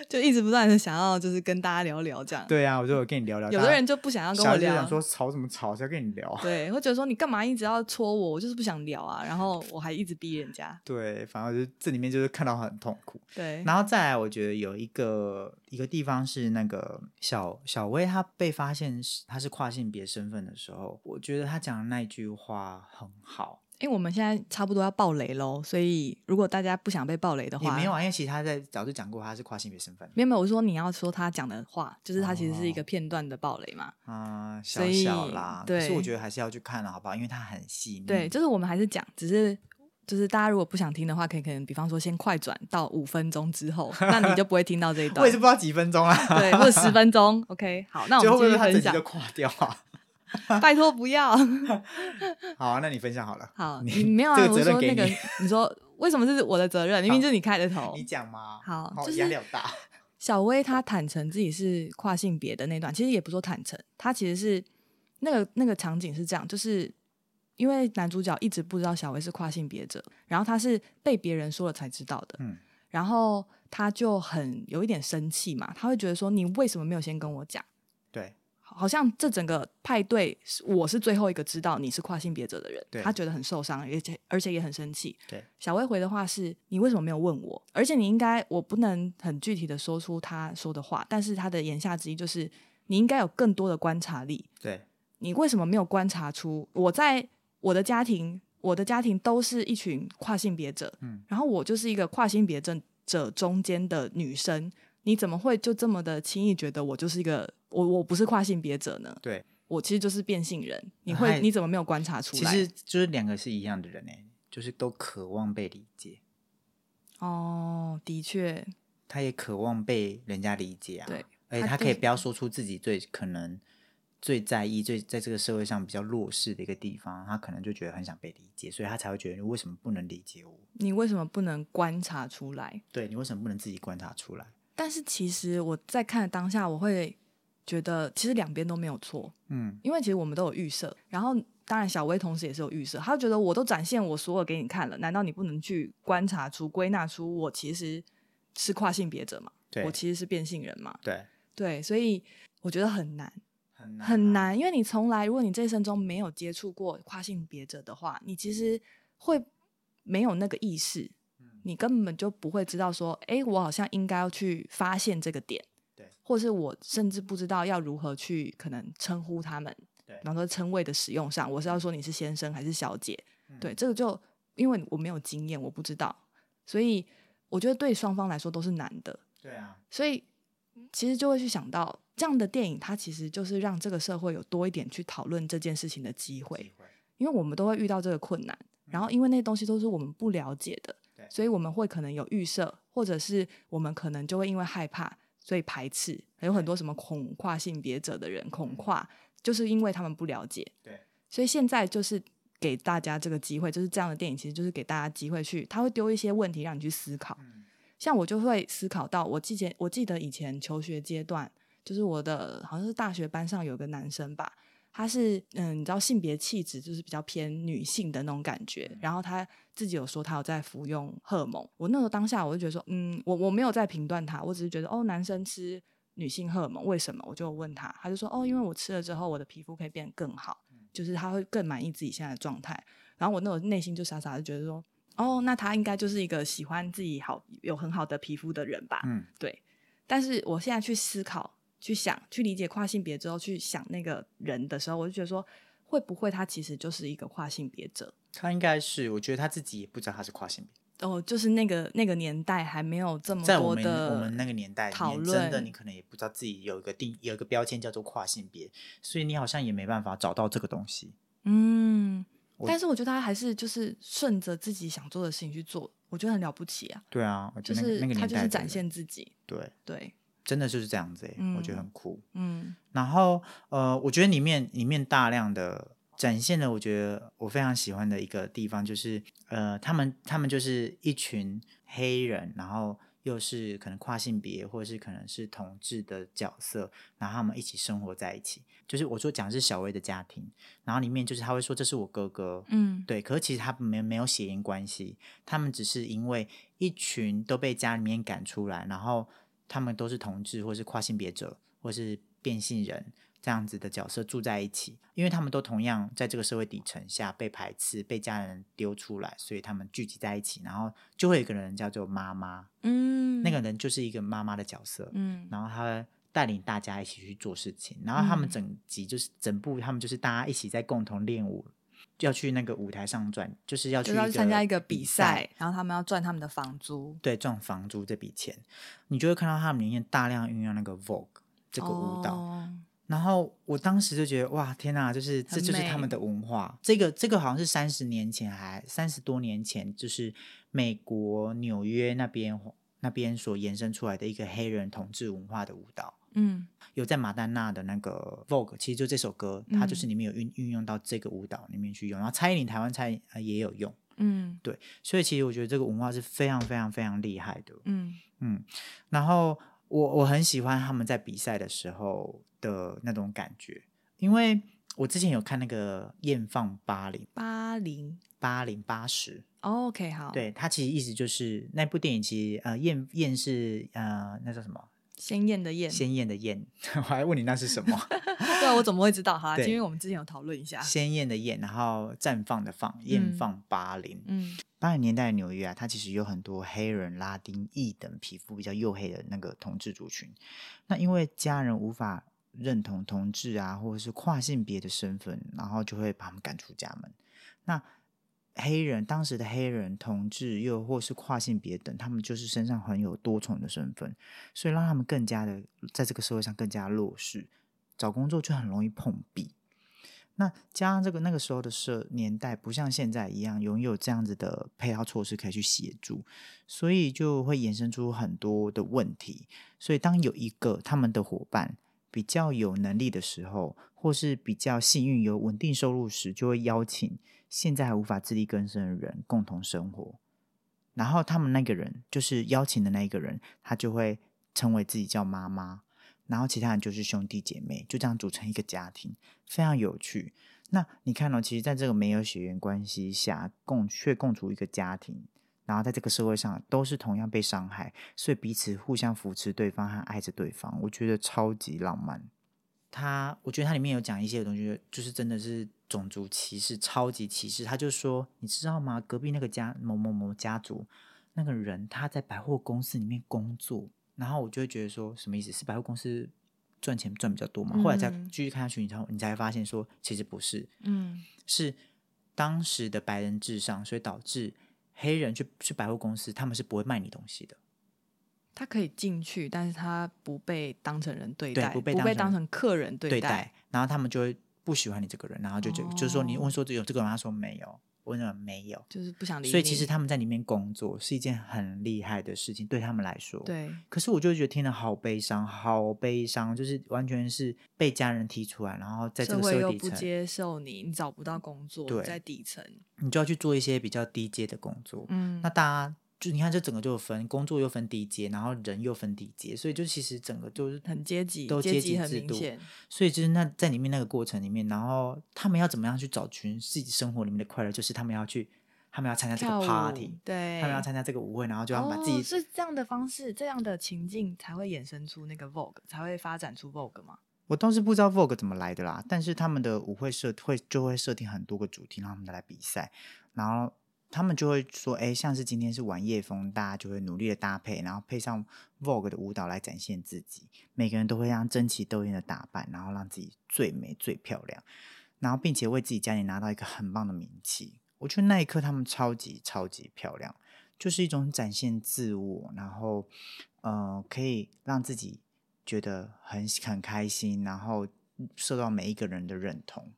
[SPEAKER 1] 就一直不断的想要就是跟大家聊聊这样？，
[SPEAKER 2] 对啊，我就有跟你聊聊。
[SPEAKER 1] 有的人就不想要跟
[SPEAKER 2] 小
[SPEAKER 1] 我
[SPEAKER 2] 孩就
[SPEAKER 1] 聊
[SPEAKER 2] 想，说吵什么吵，谁要跟你聊？
[SPEAKER 1] 对，会觉得说你干嘛一直要戳我，我就是不想聊啊，然后我还一直逼人家，
[SPEAKER 2] 对，反正就是这里面就是看到很痛苦。
[SPEAKER 1] 对，
[SPEAKER 2] 然后再来，我觉得有一个一个地方是那个小小薇，她被发现是她是跨性别身份的时候，我觉得她讲的那一句话很好，
[SPEAKER 1] 因为我们现在差不多要爆雷喽，所以如果大家不想被爆雷的
[SPEAKER 2] 也
[SPEAKER 1] 话，
[SPEAKER 2] 没有啊，因为其实她在早就讲过她是跨性别身份
[SPEAKER 1] 没有没有，我说你要说他讲的话，就是他其实是一
[SPEAKER 2] 哦
[SPEAKER 1] 个片段的暴雷嘛。
[SPEAKER 2] 啊、
[SPEAKER 1] 所
[SPEAKER 2] 小
[SPEAKER 1] 以
[SPEAKER 2] 小啦。可是
[SPEAKER 1] 对
[SPEAKER 2] 我觉得还是要去看了，好不好？因为她很细腻。
[SPEAKER 1] 对，就是我们还是讲，只是就是大家如果不想听的话，可以可能比方说先快转到五分钟之后，那你就不会听到这一段。
[SPEAKER 2] 我也是不知道几分钟啦，
[SPEAKER 1] 对，或者十分钟。OK，好，那我
[SPEAKER 2] 最
[SPEAKER 1] 们
[SPEAKER 2] 后
[SPEAKER 1] 继
[SPEAKER 2] 会
[SPEAKER 1] 续
[SPEAKER 2] 不会她整
[SPEAKER 1] 分
[SPEAKER 2] 集
[SPEAKER 1] 享
[SPEAKER 2] 就。垮掉啊？
[SPEAKER 1] 拜托不要。
[SPEAKER 2] 好啊，那你分享好了。
[SPEAKER 1] 好，
[SPEAKER 2] 你
[SPEAKER 1] 你没有啊？
[SPEAKER 2] 这个
[SPEAKER 1] 我
[SPEAKER 2] 责任
[SPEAKER 1] 说
[SPEAKER 2] 给
[SPEAKER 1] 那个
[SPEAKER 2] 你，
[SPEAKER 1] 你说为什么是我的责任？明明就是你开的头
[SPEAKER 2] 你。讲嘛。
[SPEAKER 1] 好
[SPEAKER 2] 哦
[SPEAKER 1] 就是
[SPEAKER 2] 压力好大。
[SPEAKER 1] 小薇她坦诚自己是跨性别的那段，其实也不说坦诚，她其实是那个那个场景是这样，就是因为男主角一直不知道小薇是跨性别者，然后他是被别人说了才知道的，
[SPEAKER 2] 嗯
[SPEAKER 1] 然后他就很有一点生气嘛，他会觉得说你为什么没有先跟我讲？
[SPEAKER 2] 对
[SPEAKER 1] 好像这整个派对，是我是最后一个知道你是跨性别者的人
[SPEAKER 2] 对，
[SPEAKER 1] 他觉得很受伤，而且而且也很生气。
[SPEAKER 2] 对，
[SPEAKER 1] 小薇回的话是：你为什么没有问我？而且你应该，我不能很具体的说出他说的话，但是他的言下之意就是，你应该有更多的观察力，
[SPEAKER 2] 对
[SPEAKER 1] 你为什么没有观察出我在我的家庭，我的家庭都是一群跨性别者，
[SPEAKER 2] 嗯
[SPEAKER 1] 然后我就是一个跨性别症者中间的女生，你怎么会就这么的轻易觉得我就是一个我我不是跨性别者呢？
[SPEAKER 2] 对，
[SPEAKER 1] 我其实就是变性人，你
[SPEAKER 2] 哎
[SPEAKER 1] 会你怎么没有观察出
[SPEAKER 2] 其
[SPEAKER 1] 来？
[SPEAKER 2] 实就是两个是一样的人哎、就是都渴望被理解，
[SPEAKER 1] 哦，的确，
[SPEAKER 2] 他也渴望被人家理解啊。
[SPEAKER 1] 对，
[SPEAKER 2] 而且
[SPEAKER 1] 他
[SPEAKER 2] 他
[SPEAKER 1] 就
[SPEAKER 2] 可以
[SPEAKER 1] 是
[SPEAKER 2] 不要说出自己最可能最在意、最在这个社会上比较弱势的一个地方，他可能就觉得很想被理解，所以他才会觉得你为什么不能理解我？
[SPEAKER 1] 你为什么不能观察出来？
[SPEAKER 2] 对你为什么不能自己观察出来？
[SPEAKER 1] 但是其实我在看的当下，我会觉得其实两边都没有错，
[SPEAKER 2] 嗯，
[SPEAKER 1] 因为其实我们都有预设，然后当然小薇同时也是有预设，她觉得我都展现我所有给你看了，难道你不能去观察出、归纳出我其实是跨性别者嘛？
[SPEAKER 2] 对
[SPEAKER 1] 我其实是变性人嘛？
[SPEAKER 2] 对，
[SPEAKER 1] 对，所以我觉得很难
[SPEAKER 2] 很难
[SPEAKER 1] 很
[SPEAKER 2] 啊。
[SPEAKER 1] 难，因为你从来如果你这一生中没有接触过跨性别者的话，你其实会没有那个意识，
[SPEAKER 2] 嗯
[SPEAKER 1] 你根本就不会知道说，哎，我好像应该要去发现这个点，
[SPEAKER 2] 对，
[SPEAKER 1] 或是我甚至不知道要如何去可能称呼他们，
[SPEAKER 2] 对
[SPEAKER 1] 比方说称谓的使用上，我是要说你是先生还是小姐，
[SPEAKER 2] 嗯
[SPEAKER 1] 对，这个就因为我没有经验，我不知道，所以我觉得对双方来说都是难的，
[SPEAKER 2] 对啊，
[SPEAKER 1] 所以其实就会去想到，这样的电影它其实就是让这个社会有多一点去讨论这件事情的机会
[SPEAKER 2] 机，会
[SPEAKER 1] 因为我们都会遇到这个困难，然后因为那些东西都是我们不了解的
[SPEAKER 2] 对，
[SPEAKER 1] 所以我们会可能有预设，或者是我们可能就会因为害怕，所以排斥，还有很多什么恐跨性别者的人恐跨，就是因为他们不了解，
[SPEAKER 2] 对，
[SPEAKER 1] 所以现在就是。给大家这个机会，就是这样的电影，其实就是给大家机会去，他会丢一些问题让你去思考，
[SPEAKER 2] 嗯
[SPEAKER 1] 像我就会思考到，我之前我记得以前求学阶段，就是我的好像是大学班上有个男生吧，他是嗯，你知道性别气质就是比较偏女性的那种感觉，然后他自己有说他有在服用荷尔蒙，我那时候当下我就觉得说，嗯，我我没有在评断他，我只是觉得哦，男生吃女性荷尔蒙为什么？我就问他，他就说哦，因为我吃了之后我的皮肤可以变得更好，就是他会更满意自己现在的状态。然后我那种内心就傻傻的觉得说，哦，那他应该就是一个喜欢自己好有很好的皮肤的人吧？
[SPEAKER 2] 嗯，
[SPEAKER 1] 对。但是我现在去思考、去想、去理解跨性别之后，去想那个人的时候，我就觉得说，会不会他其实就是一个跨性别者？
[SPEAKER 2] 他应该是，我觉得他自己也不知道他是跨性别。
[SPEAKER 1] 哦，就是那个那个年代还没有这么
[SPEAKER 2] 在
[SPEAKER 1] 多
[SPEAKER 2] 我们
[SPEAKER 1] 的
[SPEAKER 2] 我们那个年代里
[SPEAKER 1] 讨
[SPEAKER 2] 面，真的
[SPEAKER 1] 论
[SPEAKER 2] 你可能也不知道自己有一个定有一个标签叫做跨性别，所以你好像也没办法找到这个东西。
[SPEAKER 1] 嗯。
[SPEAKER 2] 我
[SPEAKER 1] 但是我觉得他还是就是顺着自己想做的事情去做，我觉得很了不起啊！
[SPEAKER 2] 对啊，我
[SPEAKER 1] 就
[SPEAKER 2] 觉得那个、
[SPEAKER 1] 是
[SPEAKER 2] 那个年
[SPEAKER 1] 他
[SPEAKER 2] 代
[SPEAKER 1] 就是
[SPEAKER 2] 的
[SPEAKER 1] 展
[SPEAKER 2] 人
[SPEAKER 1] 现自己，
[SPEAKER 2] 对，
[SPEAKER 1] 对，
[SPEAKER 2] 真的就是这样子、欸我觉
[SPEAKER 1] 嗯
[SPEAKER 2] 得很酷。
[SPEAKER 1] 嗯
[SPEAKER 2] 然后呃，我觉得里面里面大量的展现了，我觉得我非常喜欢的一个地方就是呃，他们他们就是一群黑人，然后。又是可能跨性别，或者是可能是同志的角色，然后他们一起生活在一起。就是我说讲的是小薇的家庭，然后里面就是他会说这是我哥哥，
[SPEAKER 1] 嗯，
[SPEAKER 2] 对，可是其实他们没没有血缘关系，他们只是因为一群都被家里面赶出来，然后他们都是同志或是跨性别者或是变性人这样子的角色住在一起，因为他们都同样在这个社会底层下被排斥、被家人丢出来，所以他们聚集在一起，然后就会有一个人叫做妈妈，
[SPEAKER 1] 嗯，
[SPEAKER 2] 那个人就是一个妈妈的角色，
[SPEAKER 1] 嗯，
[SPEAKER 2] 然后他会带领大家一起去做事情，然后他
[SPEAKER 1] 嗯
[SPEAKER 2] 们整集就是、整部，他们就是大家一起在共同练舞，要去那个舞台上转，就是要去
[SPEAKER 1] 就要去参加一个
[SPEAKER 2] 比
[SPEAKER 1] 比赛，，然后他们要赚他们的房租。
[SPEAKER 2] 对，赚房租这笔钱，你就会看到他们里面大量运用那个 Vogue 这个舞蹈，
[SPEAKER 1] 哦
[SPEAKER 2] 然后我当时就觉得哇，天哪，就是这
[SPEAKER 1] 很
[SPEAKER 2] 就是
[SPEAKER 1] 美
[SPEAKER 2] 他们的文化。这个这个好像是三十年前还三十多年前，就是美国纽约那边那边所延伸出来的一个黑人同志文化的舞蹈。
[SPEAKER 1] 嗯
[SPEAKER 2] 有在马丹娜的那个 Vogue，其实就这首歌，它就是
[SPEAKER 1] 嗯
[SPEAKER 2] 里面有运运用到这个舞蹈里面去用，然后蔡依林台湾蔡依呃也有用，
[SPEAKER 1] 嗯
[SPEAKER 2] 所以其实我觉得这个文化是非常非常非常厉害的，
[SPEAKER 1] 嗯
[SPEAKER 2] 嗯，然后我我很喜欢他们在比赛的时候的那种感觉，因为我之前有看那个艳放八零
[SPEAKER 1] 八零
[SPEAKER 2] 八零八十，
[SPEAKER 1] 哦，OK，好，，
[SPEAKER 2] 对，它其实意思就是那部电影其实呃艳艳是呃那叫什么
[SPEAKER 1] 鲜艳的艳，
[SPEAKER 2] 鲜艳的艳， 我还问你那是什么。
[SPEAKER 1] 对啊，我怎么会知道？好啦，
[SPEAKER 2] 对
[SPEAKER 1] 因为我们之前有讨论一下，
[SPEAKER 2] 鲜艳的艳，然后绽放的放，艳放八零。
[SPEAKER 1] 嗯
[SPEAKER 2] 八零年代的纽约啊，它其实有很多黑人、拉丁裔等皮肤比较黝黑的那个同志族群。那因为家人无法认同同志啊，或者是跨性别的身份，然后就会把他们赶出家门。那黑人当时的黑人同志，又或是跨性别等，他们就是身上很有多重的身份，所以让他们更加的在这个社会上更加弱势，找工作就很容易碰壁。那加上这个那个时候的社年代，不像现在一样拥有这样子的配套措施可以去协助，所以就会衍生出很多的问题。所以当有一个他们的伙伴比较有能力的时候，或是比较幸运有稳定收入时，就会邀请现在还无法自力更生的人共同生活。然后他们那个人就是邀请的那一个人，他就会称为自己叫妈妈，然后其他人就是兄弟姐妹，就这样组成一个家庭，非常有趣。那你看哦，其实在这个没有血缘关系下，共却共处一个家庭，然后在这个社会上都是同样被伤害，所以彼此互相扶持对方和爱着对方，我觉得超级浪漫。他，我觉得他里面有讲一些东西，就是真的是种族歧视，超级歧视。他就说，你知道吗？隔壁那个家某某某家族那个人，他在百货公司里面工作，然后我就会觉得说，什么意思？是百货公司赚钱赚比较多嘛？后来再
[SPEAKER 1] 嗯
[SPEAKER 2] 继续看下去，你才你才发现说，其实不是，
[SPEAKER 1] 嗯
[SPEAKER 2] 是当时的白人至上，所以导致黑人去去百货公司，他们是不会卖你东西的。
[SPEAKER 1] 他可以进去，但是他不被当成人对
[SPEAKER 2] 对
[SPEAKER 1] 待，
[SPEAKER 2] 不被
[SPEAKER 1] 不
[SPEAKER 2] 当
[SPEAKER 1] 被
[SPEAKER 2] 成
[SPEAKER 1] 当成客人对哦
[SPEAKER 2] 对待，然后他们就会不喜欢你这个人，然后就就、就是说你问说有这个人，他说没有，问了没有，
[SPEAKER 1] 就是不想理你。
[SPEAKER 2] 所以其实他们在里面工作是一件很厉害的事情，对他们来说。。
[SPEAKER 1] 对，
[SPEAKER 2] 可是我就觉得听了好悲伤，好悲伤，就是完全是被家人踢出来，然后在这
[SPEAKER 1] 社
[SPEAKER 2] 个
[SPEAKER 1] 会
[SPEAKER 2] 社
[SPEAKER 1] 又
[SPEAKER 2] 会底
[SPEAKER 1] 不
[SPEAKER 2] 层，
[SPEAKER 1] 接受你，你找不到工作，
[SPEAKER 2] 对
[SPEAKER 1] 你在底层，
[SPEAKER 2] 你就要去做一些比较低阶的工作。
[SPEAKER 1] 嗯
[SPEAKER 2] 那大家就你看，这整个就有分工作又分低阶，然后人又分低阶，所以就其实整个就是
[SPEAKER 1] 很阶级，
[SPEAKER 2] 都阶
[SPEAKER 1] 阶
[SPEAKER 2] 级
[SPEAKER 1] 很
[SPEAKER 2] 制
[SPEAKER 1] 明
[SPEAKER 2] 度
[SPEAKER 1] 显，
[SPEAKER 2] 所以就是那在里面那个过程里面，然后他们要怎么样去找寻自己生活里面的快乐，就是他们要去，他们要参加这
[SPEAKER 1] 跳
[SPEAKER 2] 个
[SPEAKER 1] 舞
[SPEAKER 2] party，
[SPEAKER 1] 对，
[SPEAKER 2] 他们要参加这个舞会，然后就要把自
[SPEAKER 1] 哦、
[SPEAKER 2] 己、
[SPEAKER 1] 是这样的方式，这样的情境才会衍生出那个 Vogue，才会发展出 Vogue 嘛。
[SPEAKER 2] 我倒是不知道 Vogue 怎么来的啦，但是他们的舞会设会就会设定很多个主题，让他们来比赛，然后他们就会说，哎，像是今天是晚夜风，大家就会努力的搭配，然后配上 Vogue 的舞蹈来展现自己，每个人都会让争奇斗艳的打扮，然后让自己最美最漂亮，然后并且为自己家里拿到一个很棒的名气。我觉得那一刻他们超级超级漂亮，就是一种展现自我，然后呃，可以让自己觉得很很开心，然后受到每一个人的认同。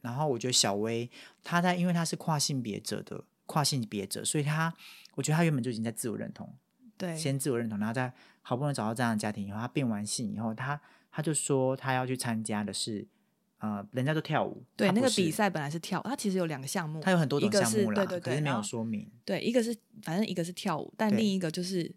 [SPEAKER 2] 然后我觉得小薇她在，因为她是跨性别者的跨性别者，所以她我觉得她原本就已经在自我认同，
[SPEAKER 1] 对，
[SPEAKER 2] 先自我认同，然后再好不容易找到这样的家庭以后，她变完性以后，她她就说她要去参加的是。呃，人家都跳舞，
[SPEAKER 1] 对
[SPEAKER 2] 她
[SPEAKER 1] 那
[SPEAKER 2] 不
[SPEAKER 1] 个
[SPEAKER 2] 是
[SPEAKER 1] 比，赛本来是跳，它其实有两个项目，
[SPEAKER 2] 她有很多种
[SPEAKER 1] 一个
[SPEAKER 2] 项
[SPEAKER 1] 是
[SPEAKER 2] 目啦，
[SPEAKER 1] 对对
[SPEAKER 2] 可
[SPEAKER 1] 对，
[SPEAKER 2] 是没
[SPEAKER 1] 然
[SPEAKER 2] 有
[SPEAKER 1] 后
[SPEAKER 2] 说明。
[SPEAKER 1] 对，一个是反正一个是跳舞，但
[SPEAKER 2] 对
[SPEAKER 1] 另一个就是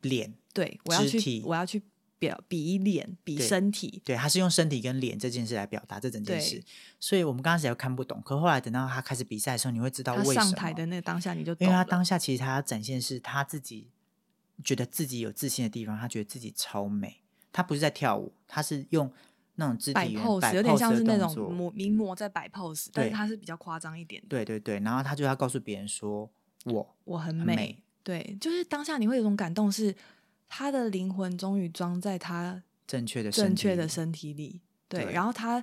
[SPEAKER 2] 脸，
[SPEAKER 1] 对我要
[SPEAKER 2] 肢体
[SPEAKER 1] 去，我要去表比脸，比
[SPEAKER 2] 对
[SPEAKER 1] 身体，
[SPEAKER 2] 对，他是用身体跟脸这件事来表达这整件事
[SPEAKER 1] 对，
[SPEAKER 2] 所以我们刚开始又看不懂，可后来等到他开始比赛的时候，你会知道
[SPEAKER 1] 他
[SPEAKER 2] 为
[SPEAKER 1] 上
[SPEAKER 2] 什
[SPEAKER 1] 台
[SPEAKER 2] 么，
[SPEAKER 1] 的那个当下你就
[SPEAKER 2] 因
[SPEAKER 1] 懂
[SPEAKER 2] 为
[SPEAKER 1] 了。
[SPEAKER 2] 他当下其实他要展现是他自己觉得自己有自信的地方，他觉得自己超美，他不是在跳舞，他是用那种肢
[SPEAKER 1] 摆
[SPEAKER 2] 体语言
[SPEAKER 1] pose，
[SPEAKER 2] 摆
[SPEAKER 1] 有点像是那
[SPEAKER 2] 的动
[SPEAKER 1] 种
[SPEAKER 2] 作嗯
[SPEAKER 1] 模名模在摆 pose，但是
[SPEAKER 2] 对
[SPEAKER 1] 他是比较夸张一点的。
[SPEAKER 2] 对对对，然后他就要告诉别人说我
[SPEAKER 1] 我很
[SPEAKER 2] 很
[SPEAKER 1] 美，
[SPEAKER 2] 美
[SPEAKER 1] 对，就是当下你会有种感动是，他的灵魂终于装在他
[SPEAKER 2] 正确的身
[SPEAKER 1] 正确
[SPEAKER 2] 体
[SPEAKER 1] 的
[SPEAKER 2] 里
[SPEAKER 1] 身体里，对，
[SPEAKER 2] 对
[SPEAKER 1] 然后他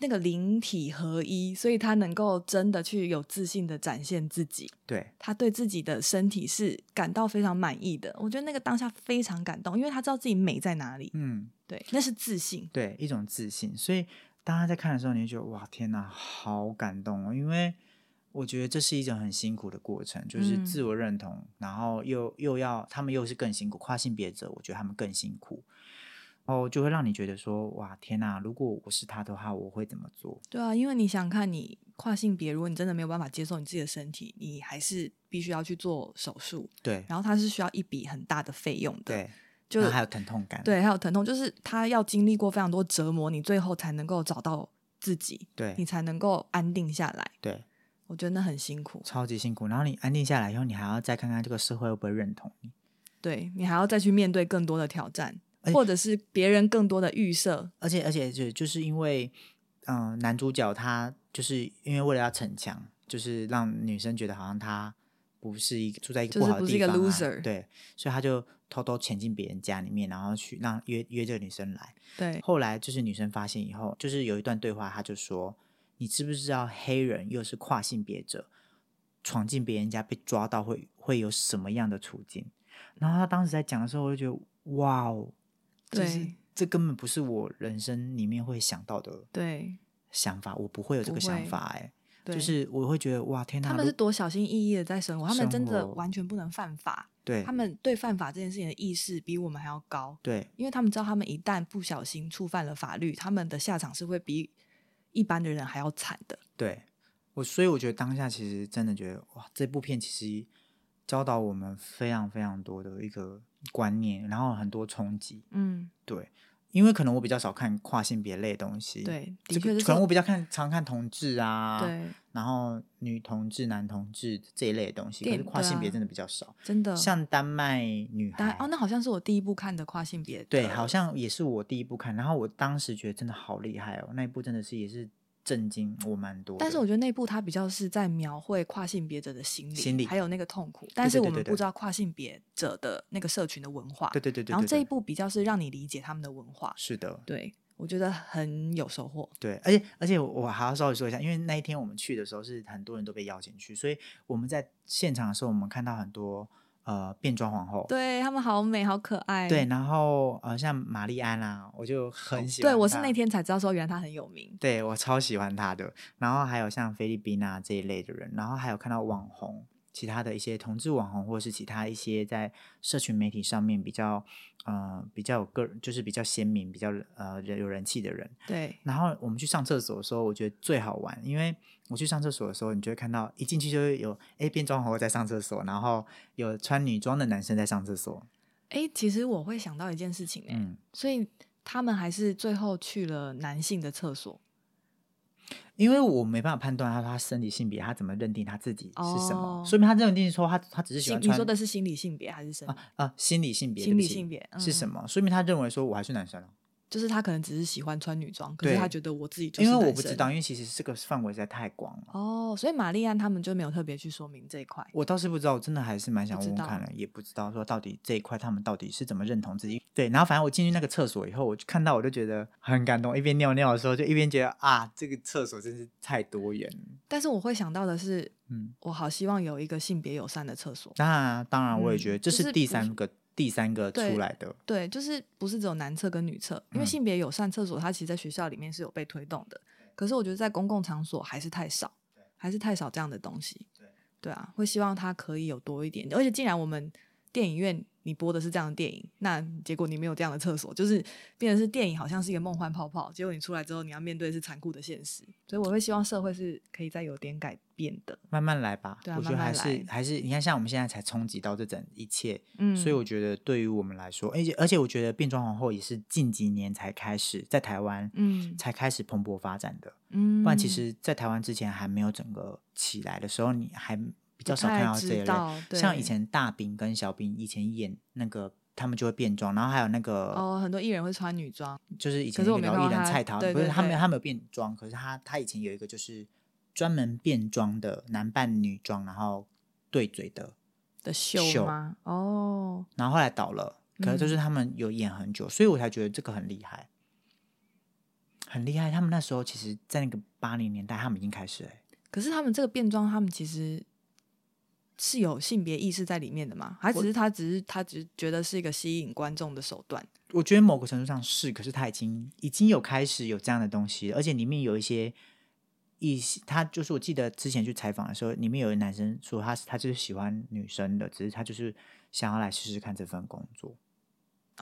[SPEAKER 1] 那个灵体合一，所以他能够真的去有自信的展现自己，
[SPEAKER 2] 对
[SPEAKER 1] 他对自己的身体是感到非常满意的。我觉得那个当下非常感动，因为他知道自己美在哪里，
[SPEAKER 2] 嗯
[SPEAKER 1] 对，那是自信，
[SPEAKER 2] 对一种自信，所以当他在看的时候，你就觉得哇天哪，好感动哦，因为我觉得这是一种很辛苦的过程，就是
[SPEAKER 1] 嗯
[SPEAKER 2] 自我认同，然后又又要他们又是更辛苦，跨性别者，我觉得他们更辛苦。哦，就会让你觉得说，哇，天哪！如果我是他的话，我会怎么做？
[SPEAKER 1] 对啊，因为你想看你跨性别，如果你真的没有办法接受你自己的身体，你还是必须要去做手术，
[SPEAKER 2] 对，
[SPEAKER 1] 然后它是需要一笔很大的费用的，
[SPEAKER 2] 对，
[SPEAKER 1] 就
[SPEAKER 2] 然后还有疼痛感，
[SPEAKER 1] 对，还有疼痛，就是他要经历过非常多折磨，你最后才能够找到自己，你
[SPEAKER 2] 对
[SPEAKER 1] 才能够安定下来。
[SPEAKER 2] 对，
[SPEAKER 1] 我觉得那很辛苦，
[SPEAKER 2] 超级辛苦。然后你安定下来以后，你还要再看看这个社会会不会认同你。
[SPEAKER 1] 对你还要再去面对更多的挑战，
[SPEAKER 2] 而且
[SPEAKER 1] 或者是别人更多的预设。
[SPEAKER 2] 而且而且就就是因为，嗯、男主角他就是因为为了要逞强，就是让女生觉得好像他不是一个住在一个
[SPEAKER 1] 就是
[SPEAKER 2] 不好的
[SPEAKER 1] 不是一
[SPEAKER 2] 地
[SPEAKER 1] 个
[SPEAKER 2] 方、啊，
[SPEAKER 1] loser
[SPEAKER 2] 对，所以他就偷偷潜进别人家里面，然后去让约约这个女生来。
[SPEAKER 1] 对，
[SPEAKER 2] 后来就是女生发现以后，就是有一段对话，他就说：“你知不知道黑人又是跨性别者，闯进别人家被抓到会会有什么样的处境？”然后他当时在讲的时候，我就觉得哇哦，就是
[SPEAKER 1] 对
[SPEAKER 2] 这根本不是我人生里面会想到的
[SPEAKER 1] 对，
[SPEAKER 2] 想法，我不会有这个
[SPEAKER 1] 不
[SPEAKER 2] 想
[SPEAKER 1] 会
[SPEAKER 2] 法哎、
[SPEAKER 1] 对，
[SPEAKER 2] 就是我会觉得哇天哪，
[SPEAKER 1] 他们
[SPEAKER 2] 如
[SPEAKER 1] 是多小心翼翼的在生活，他们
[SPEAKER 2] 生
[SPEAKER 1] 真的
[SPEAKER 2] 活
[SPEAKER 1] 完全不能犯法，
[SPEAKER 2] 对
[SPEAKER 1] 他们对犯法这件事情的意识比我们还要高，
[SPEAKER 2] 对
[SPEAKER 1] 因为他们知道他们一旦不小心触犯了法律，他们的下场是会比一般的人还要惨的。
[SPEAKER 2] 对，我所以我觉得当下其实真的觉得哇，这部片其实教导我们非常非常多的一个观念，然后很多冲击。
[SPEAKER 1] 嗯，
[SPEAKER 2] 对，因为可能我比较少看跨性别类的东西，
[SPEAKER 1] 对，的
[SPEAKER 2] 这个
[SPEAKER 1] 确就是
[SPEAKER 2] 可能我比较看常看同志啊，，
[SPEAKER 1] 对，
[SPEAKER 2] 然后女同志、男同志这一类的东西，可
[SPEAKER 1] 电
[SPEAKER 2] 是跨性别
[SPEAKER 1] 对啊
[SPEAKER 2] 真的比较少。
[SPEAKER 1] 真的。
[SPEAKER 2] 像丹麦女
[SPEAKER 1] 但
[SPEAKER 2] 孩，
[SPEAKER 1] 哦，那好像是我第一部看的跨性别的，
[SPEAKER 2] 对，好像也是我第一部看，然后我当时觉得真的好厉害哦，那一部真的是也是震惊我蛮多的。
[SPEAKER 1] 但是我觉得那部它比较是在描绘跨性别者的心理，
[SPEAKER 2] 心理
[SPEAKER 1] 还有那个痛苦，但是
[SPEAKER 2] 对
[SPEAKER 1] 我
[SPEAKER 2] 对
[SPEAKER 1] 们
[SPEAKER 2] 对
[SPEAKER 1] 不知道跨性别者的那个社群的文化。
[SPEAKER 2] 对对对对，
[SPEAKER 1] 然后
[SPEAKER 2] 对
[SPEAKER 1] 这一
[SPEAKER 2] 对
[SPEAKER 1] 部比较是让你理解他们的文化，
[SPEAKER 2] 是的，
[SPEAKER 1] 对我觉得很有收获。
[SPEAKER 2] 对，而且而且我还要稍微说一下，因为那一天我们去的时候是很多人都被邀请去，所以我们在现场的时候，我们看到很多呃变装皇后，
[SPEAKER 1] 对他们好美，好可爱。
[SPEAKER 2] 对，然后呃像玛丽安啦、我就很喜欢她，
[SPEAKER 1] 对我是那天才知道说，原来他很有名。
[SPEAKER 2] 对我超喜欢她的，然后还有像菲律宾啊这一类的人，然后还有看到网红。其他的一些同志网红，或是其他一些在社群媒体上面比较，呃，比较有个，就是比较鲜明、比较呃有人气的人，
[SPEAKER 1] 对
[SPEAKER 2] 然后我们去上厕所的时候，我觉得最好玩，因为我去上厕所的时候，你就会看到一进去就会有哎变装皇后在上厕所，然后有穿女装的男生在上厕所，
[SPEAKER 1] 哎，其实我会想到一件事情呢、欸
[SPEAKER 2] 嗯，
[SPEAKER 1] 所以他们还是最后去了男性的厕所。
[SPEAKER 2] 因为我没办法判断他他生理性别，他怎么认定他自己是什么，
[SPEAKER 1] 哦
[SPEAKER 2] 说明他认定说他他只是喜
[SPEAKER 1] 性
[SPEAKER 2] 欢
[SPEAKER 1] 你
[SPEAKER 2] 穿
[SPEAKER 1] 说的是心理性别还是生理？
[SPEAKER 2] 啊啊心理性别，
[SPEAKER 1] 心理
[SPEAKER 2] 对不起
[SPEAKER 1] 性别
[SPEAKER 2] 是什
[SPEAKER 1] 嗯
[SPEAKER 2] 么？说明他认为说我还是男生哦，
[SPEAKER 1] 就是他可能只是喜欢穿女装，可是
[SPEAKER 2] 对
[SPEAKER 1] 他觉得我自己就是
[SPEAKER 2] 因为我
[SPEAKER 1] 男
[SPEAKER 2] 不知
[SPEAKER 1] 生
[SPEAKER 2] 道，因为其实这个范围实在太广了。
[SPEAKER 1] 哦，所以玛丽安他们就没有特别去说明这一块。
[SPEAKER 2] 我倒是不知道，我真的还是蛮想
[SPEAKER 1] 不知
[SPEAKER 2] 问问
[SPEAKER 1] 道
[SPEAKER 2] 看的，也不知道说到底这一块他们到底是怎么认同自己。对，然后反正我进去那个厕所以后，我就看到我就觉得很感动，一边尿尿的时候就一边觉得啊，这个厕所真是太多元了。
[SPEAKER 1] 但是我会想到的是，
[SPEAKER 2] 嗯，
[SPEAKER 1] 我好希望有一个性别友善的厕所。
[SPEAKER 2] 那当然我也觉得
[SPEAKER 1] 嗯
[SPEAKER 2] 这
[SPEAKER 1] 就是是
[SPEAKER 2] 第
[SPEAKER 1] 不
[SPEAKER 2] 三
[SPEAKER 1] 是
[SPEAKER 2] 个、第三个
[SPEAKER 1] 对
[SPEAKER 2] 出来的，
[SPEAKER 1] 对，就是不是只有男厕跟女厕，因为
[SPEAKER 2] 嗯
[SPEAKER 1] 性别友善厕所它其实在学校里面是有被推动的，可是我觉得在公共场所还是太少，还是太少这样的东西
[SPEAKER 2] 对。
[SPEAKER 1] 对啊，会希望它可以有多一点，而且既然我们电影院你播的是这样的电影，那结果你没有这样的厕所，就是变成是电影好像是一个梦幻泡泡，结果你出来之后你要面对的是残酷的现实，所以我会希望社会是可以再有点改变的。
[SPEAKER 2] 慢慢来吧，
[SPEAKER 1] 对啊
[SPEAKER 2] 我觉得还
[SPEAKER 1] 慢慢
[SPEAKER 2] 是
[SPEAKER 1] 来
[SPEAKER 2] 还是你看，像我们现在才冲击到这整一切，
[SPEAKER 1] 嗯，
[SPEAKER 2] 所以我觉得对于我们来说，而且而且我觉得变装皇后也是近几年才开始在台湾
[SPEAKER 1] 嗯
[SPEAKER 2] 才开始蓬勃发展的，
[SPEAKER 1] 嗯，
[SPEAKER 2] 不然其实，在台湾之前还没有整个起来的时候，你还比较少看到这一
[SPEAKER 1] 知
[SPEAKER 2] 类。
[SPEAKER 1] 道，
[SPEAKER 2] 像
[SPEAKER 1] 对
[SPEAKER 2] 以前大饼跟小饼以前演那个，他们就会变装，然后还有那个、
[SPEAKER 1] 哦，很多艺人会穿女装，
[SPEAKER 2] 就是以
[SPEAKER 1] 可
[SPEAKER 2] 前
[SPEAKER 1] 是
[SPEAKER 2] 那
[SPEAKER 1] 我
[SPEAKER 2] 个
[SPEAKER 1] 没看
[SPEAKER 2] 饶
[SPEAKER 1] 过
[SPEAKER 2] 艺人
[SPEAKER 1] 他
[SPEAKER 2] 蔡桃，
[SPEAKER 1] 对
[SPEAKER 2] 不是
[SPEAKER 1] 对
[SPEAKER 2] 他没有
[SPEAKER 1] 对
[SPEAKER 2] 他没有变装，可是他他以前有一个就是专门变装的男扮女装，然后对嘴的，
[SPEAKER 1] 的秀
[SPEAKER 2] 秀
[SPEAKER 1] 吗？哦，
[SPEAKER 2] 然后后来倒了，可是就是
[SPEAKER 1] 嗯
[SPEAKER 2] 他们有演很久，所以我才觉得这个很厉害，很厉害。他们那时候其实，在那个八零年代，他们已经开始了欸、
[SPEAKER 1] 可是他们这个变装，他们其实是有性别意识在里面的嘛？还只是他只是他只是觉得是一个吸引观众的手段。
[SPEAKER 2] 我觉得某个程度上是，可是他已经已经有开始有这样的东西了，而且里面有一些一些，他就是我记得之前去采访的时候，里面有一个男生说他是他就是喜欢女生的，只是他就是想要来试试看这份工作。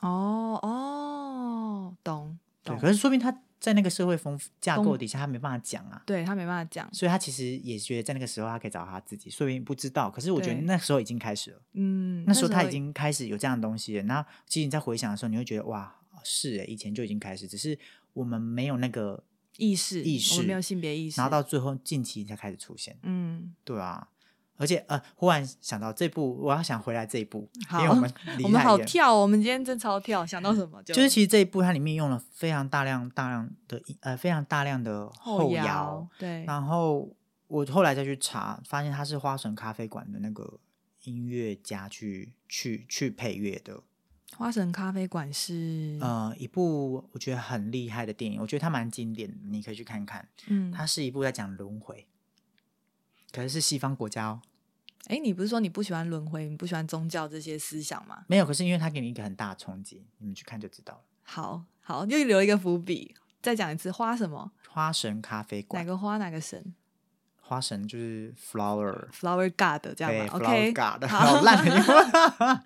[SPEAKER 1] 哦哦，懂
[SPEAKER 2] 对，
[SPEAKER 1] 懂
[SPEAKER 2] 可，是说明他在那个社会风架构
[SPEAKER 1] 风
[SPEAKER 2] 底下，他没办法讲啊。
[SPEAKER 1] 对他没办法讲。
[SPEAKER 2] 所以他其实也觉得在那个时候他可以找到他自己，说明不知道。可是我觉得
[SPEAKER 1] 对
[SPEAKER 2] 那时候已经开始了，
[SPEAKER 1] 嗯，
[SPEAKER 2] 那时候他已经开始有这样的东西了。那其实你在回想的时候，你会觉得哇，是诶，欸以前就已经开始，只是我们没有那个
[SPEAKER 1] 意识
[SPEAKER 2] 意
[SPEAKER 1] 我
[SPEAKER 2] 识，
[SPEAKER 1] 们没有性别意识，
[SPEAKER 2] 然后到最后近期才开始出现，
[SPEAKER 1] 嗯，
[SPEAKER 2] 对啊。而且呃，忽然想到这部，我要想回来这一部，因
[SPEAKER 1] 好
[SPEAKER 2] 为我们离
[SPEAKER 1] 我们
[SPEAKER 2] 太
[SPEAKER 1] 好
[SPEAKER 2] 远
[SPEAKER 1] 跳哦，我们今天真超跳，想到什么就
[SPEAKER 2] 就是其实这一部它里面用了非常大量大量的呃非常大量的
[SPEAKER 1] 后
[SPEAKER 2] 摇，
[SPEAKER 1] 摇，对，
[SPEAKER 2] 然后我后来再去查，发现它是花神咖啡馆的那个音乐家去去去配乐的，
[SPEAKER 1] 花神咖啡馆是，
[SPEAKER 2] 呃，一部我觉得很厉害的电影，我觉得它蛮经典的，你可以去看看。
[SPEAKER 1] 嗯，
[SPEAKER 2] 它是一部在讲轮回，可是是西方国家哦。
[SPEAKER 1] 哎，你不是说你不喜欢轮回，你不喜欢宗教这些思想吗？
[SPEAKER 2] 没有，可是因为它给你一个很大的冲击，你们去看就知道了。
[SPEAKER 1] 好好，又留一个伏笔，再讲一次花什么？
[SPEAKER 2] 花神咖啡
[SPEAKER 1] 哪
[SPEAKER 2] 馆，
[SPEAKER 1] 个花哪个神
[SPEAKER 2] 花神就是 flower，
[SPEAKER 1] ？Flower God 这
[SPEAKER 2] 对
[SPEAKER 1] 样吗
[SPEAKER 2] ，flower
[SPEAKER 1] ？OK，
[SPEAKER 2] god，
[SPEAKER 1] 好
[SPEAKER 2] 好烂的英文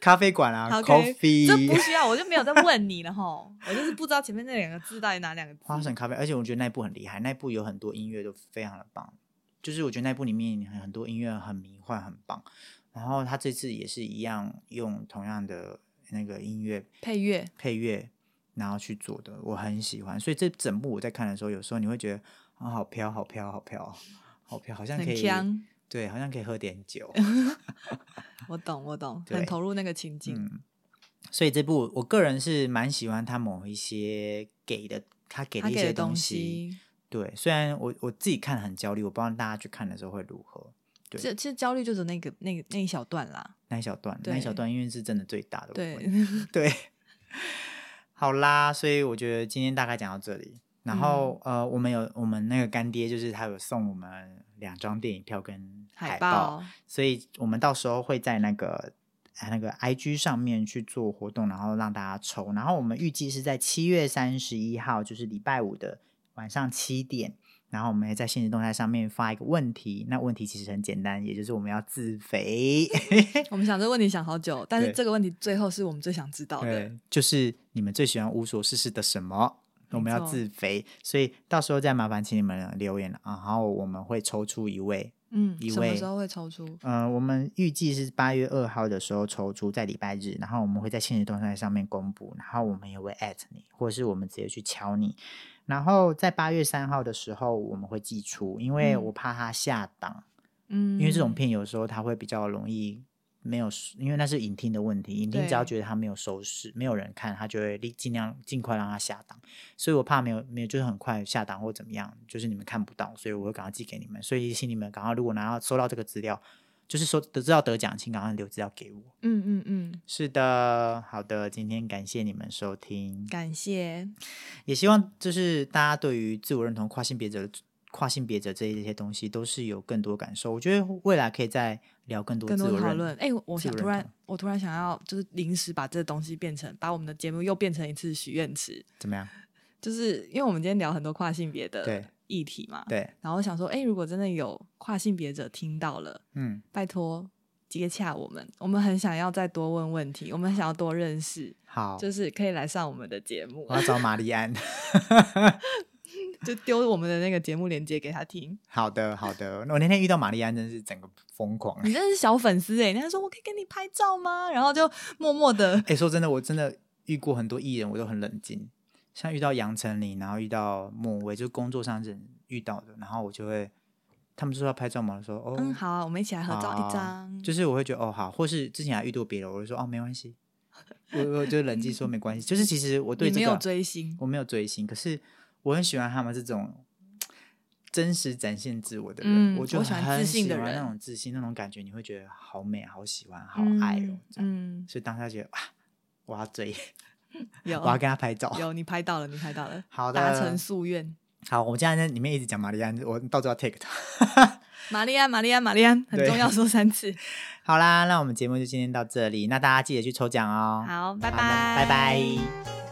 [SPEAKER 2] 咖啡馆啊
[SPEAKER 1] 好
[SPEAKER 2] ，coffee，
[SPEAKER 1] 这不需要，我就没有再问你了吼，我就是不知道前面那两个字到底哪两个字。
[SPEAKER 2] 花神咖啡，而且我觉得那一部很厉害，那一部有很多音乐都非常的棒，就是我觉得那一部里面很多音乐很迷幻，很棒。然后他这次也是一样用同样的那个音乐
[SPEAKER 1] 配乐，
[SPEAKER 2] 配乐，然后去做的，我很喜欢。所以这整部我在看的时候，有时候你会觉得啊、好飘，好飘，好飘，好飘，好像可
[SPEAKER 1] 很
[SPEAKER 2] 以，啊
[SPEAKER 1] 香，
[SPEAKER 2] 对，好像可以喝点酒。
[SPEAKER 1] 我懂我懂，
[SPEAKER 2] 对
[SPEAKER 1] 很投入那个情境。
[SPEAKER 2] 嗯，所以这部我个人是蛮喜欢他某一些给的，他给
[SPEAKER 1] 他
[SPEAKER 2] 的一
[SPEAKER 1] 给
[SPEAKER 2] 些
[SPEAKER 1] 的东
[SPEAKER 2] 西
[SPEAKER 1] 西，
[SPEAKER 2] 对，虽然我我自己看很焦虑，我不知道大家去看的时候会如何。对
[SPEAKER 1] 这其实焦虑就是那个那个那一小段啦。
[SPEAKER 2] 那一小段，那一小
[SPEAKER 1] 对
[SPEAKER 2] 段，因为是真的最大的
[SPEAKER 1] 对
[SPEAKER 2] 问，题 对，好啦，所以我觉得今天大概讲到这里。然后、
[SPEAKER 1] 嗯
[SPEAKER 2] 呃，我们有我们那个干爹，就是他有送我们两张电影票跟
[SPEAKER 1] 海
[SPEAKER 2] 报，
[SPEAKER 1] 报
[SPEAKER 2] 所以我们到时候会在那个呃那个 IG 上面去做活动，然后让大家抽。然后我们预计是在七月三十一号，就是礼拜五的晚上七点。然后我们也在现实动态上面发一个问题，那问题其实很简单，也就是我们要自肥。
[SPEAKER 1] 我们想这个问题想好久，但是
[SPEAKER 2] 对
[SPEAKER 1] 这个问题最后是我们最想知道的。
[SPEAKER 2] 对，就是你们最喜欢无所事事的什么？
[SPEAKER 1] 没
[SPEAKER 2] 我们要
[SPEAKER 1] 错
[SPEAKER 2] 自肥，所以到时候再麻烦请你们留言了啊，然后我们会抽出一位，
[SPEAKER 1] 嗯，
[SPEAKER 2] 一
[SPEAKER 1] 什么
[SPEAKER 2] 位
[SPEAKER 1] 时候会抽出？
[SPEAKER 2] 呃，我们预计是八月二号的时候抽出，在礼拜日，然后我们会在现实动态上面公布，然后我们也会 at 你，或者是我们直接去敲你。然后在八月三号的时候，我们会寄出，因为
[SPEAKER 1] 嗯
[SPEAKER 2] 我怕它下档，
[SPEAKER 1] 嗯，
[SPEAKER 2] 因为这种片有时候它会比较容易没有，因为那是影厅的问题，影厅只要
[SPEAKER 1] 对
[SPEAKER 2] 觉得它没有收视，没有人看，它就会立尽量尽快让它下档。所以我怕没有没有就是很快下档或怎么样，就是你们看不到，所以我会赶快寄给你们。所以请你们赶快，如果拿到收到这个资料，就是说得知道得奖，请赶快留资料给我。
[SPEAKER 1] 嗯嗯嗯，
[SPEAKER 2] 是的，好的，今天感谢你们收听，
[SPEAKER 1] 感谢。
[SPEAKER 2] 也希望就是大家对于自我认同、跨性别者、跨性别者这一些东西，都是有更多感受。我觉得未来可以再聊更多
[SPEAKER 1] 更
[SPEAKER 2] 自
[SPEAKER 1] 多
[SPEAKER 2] 我
[SPEAKER 1] 讨
[SPEAKER 2] 认
[SPEAKER 1] 论。哎、我
[SPEAKER 2] 自
[SPEAKER 1] 想
[SPEAKER 2] 我
[SPEAKER 1] 突
[SPEAKER 2] 认
[SPEAKER 1] 然
[SPEAKER 2] 同，
[SPEAKER 1] 我突然想要，就是临时把这东西变成，把我们的节目又变成一次许愿池，
[SPEAKER 2] 怎么样？
[SPEAKER 1] 就是因为我们今天聊很多跨性别
[SPEAKER 2] 对
[SPEAKER 1] 的议题嘛。
[SPEAKER 2] 对，
[SPEAKER 1] 然后我想说，哎、如果真的有跨性别者听到了，
[SPEAKER 2] 嗯，
[SPEAKER 1] 拜托接洽我们，我们很想要再多问问题，我们想要多认识，
[SPEAKER 2] 好，
[SPEAKER 1] 就是可以来上我们的节目
[SPEAKER 2] 我，要找玛丽安。
[SPEAKER 1] 就丢我们的那个节目链接给他听。
[SPEAKER 2] 好的，好的。我那天遇到玛丽安，真是整个疯狂。
[SPEAKER 1] 你真是小粉丝哎、欸！人家说我可以跟你拍照吗？然后就默默的
[SPEAKER 2] 哎、说真的，我真的遇过很多艺人，我都很冷静。像遇到杨丞琳，然后遇到莫文蔚，就工作上认遇到的，然后我就会，他们说要拍照嘛，我说哦，
[SPEAKER 1] 嗯好啊，我们一起来合照
[SPEAKER 2] 好
[SPEAKER 1] 一张。
[SPEAKER 2] 哦就是我会觉得哦好，或是之前还遇到别人，我就说哦没关系，我我就冷静说没关系。就是其实我对
[SPEAKER 1] 你
[SPEAKER 2] 这
[SPEAKER 1] 没有
[SPEAKER 2] 个
[SPEAKER 1] 追星，
[SPEAKER 2] 我没有追星，可是我很喜欢他们这种真实展现自我的人，
[SPEAKER 1] 嗯
[SPEAKER 2] 就
[SPEAKER 1] 我喜欢自
[SPEAKER 2] 很
[SPEAKER 1] 信
[SPEAKER 2] 喜
[SPEAKER 1] 的
[SPEAKER 2] 欢那
[SPEAKER 1] 人
[SPEAKER 2] 种自信那种感觉，你会觉得好美、啊好喜欢、好爱哦，这样。
[SPEAKER 1] 嗯，嗯
[SPEAKER 2] 所以当下觉得哇，我要追，
[SPEAKER 1] 有
[SPEAKER 2] 我要跟他拍照。
[SPEAKER 1] 哦有，你拍到了，你拍到了，
[SPEAKER 2] 好的，
[SPEAKER 1] 达成夙愿。
[SPEAKER 2] 好，我们现在在里面一直讲玛丽安，我到时候要 take 他。
[SPEAKER 1] 玛丽安，玛丽安，玛丽安，很
[SPEAKER 2] 对
[SPEAKER 1] 重要，说三次。
[SPEAKER 2] 好啦，那我们节目就今天到这里，那大家记得去抽奖哦。
[SPEAKER 1] 好，
[SPEAKER 2] 好，
[SPEAKER 1] 拜拜，
[SPEAKER 2] 拜拜。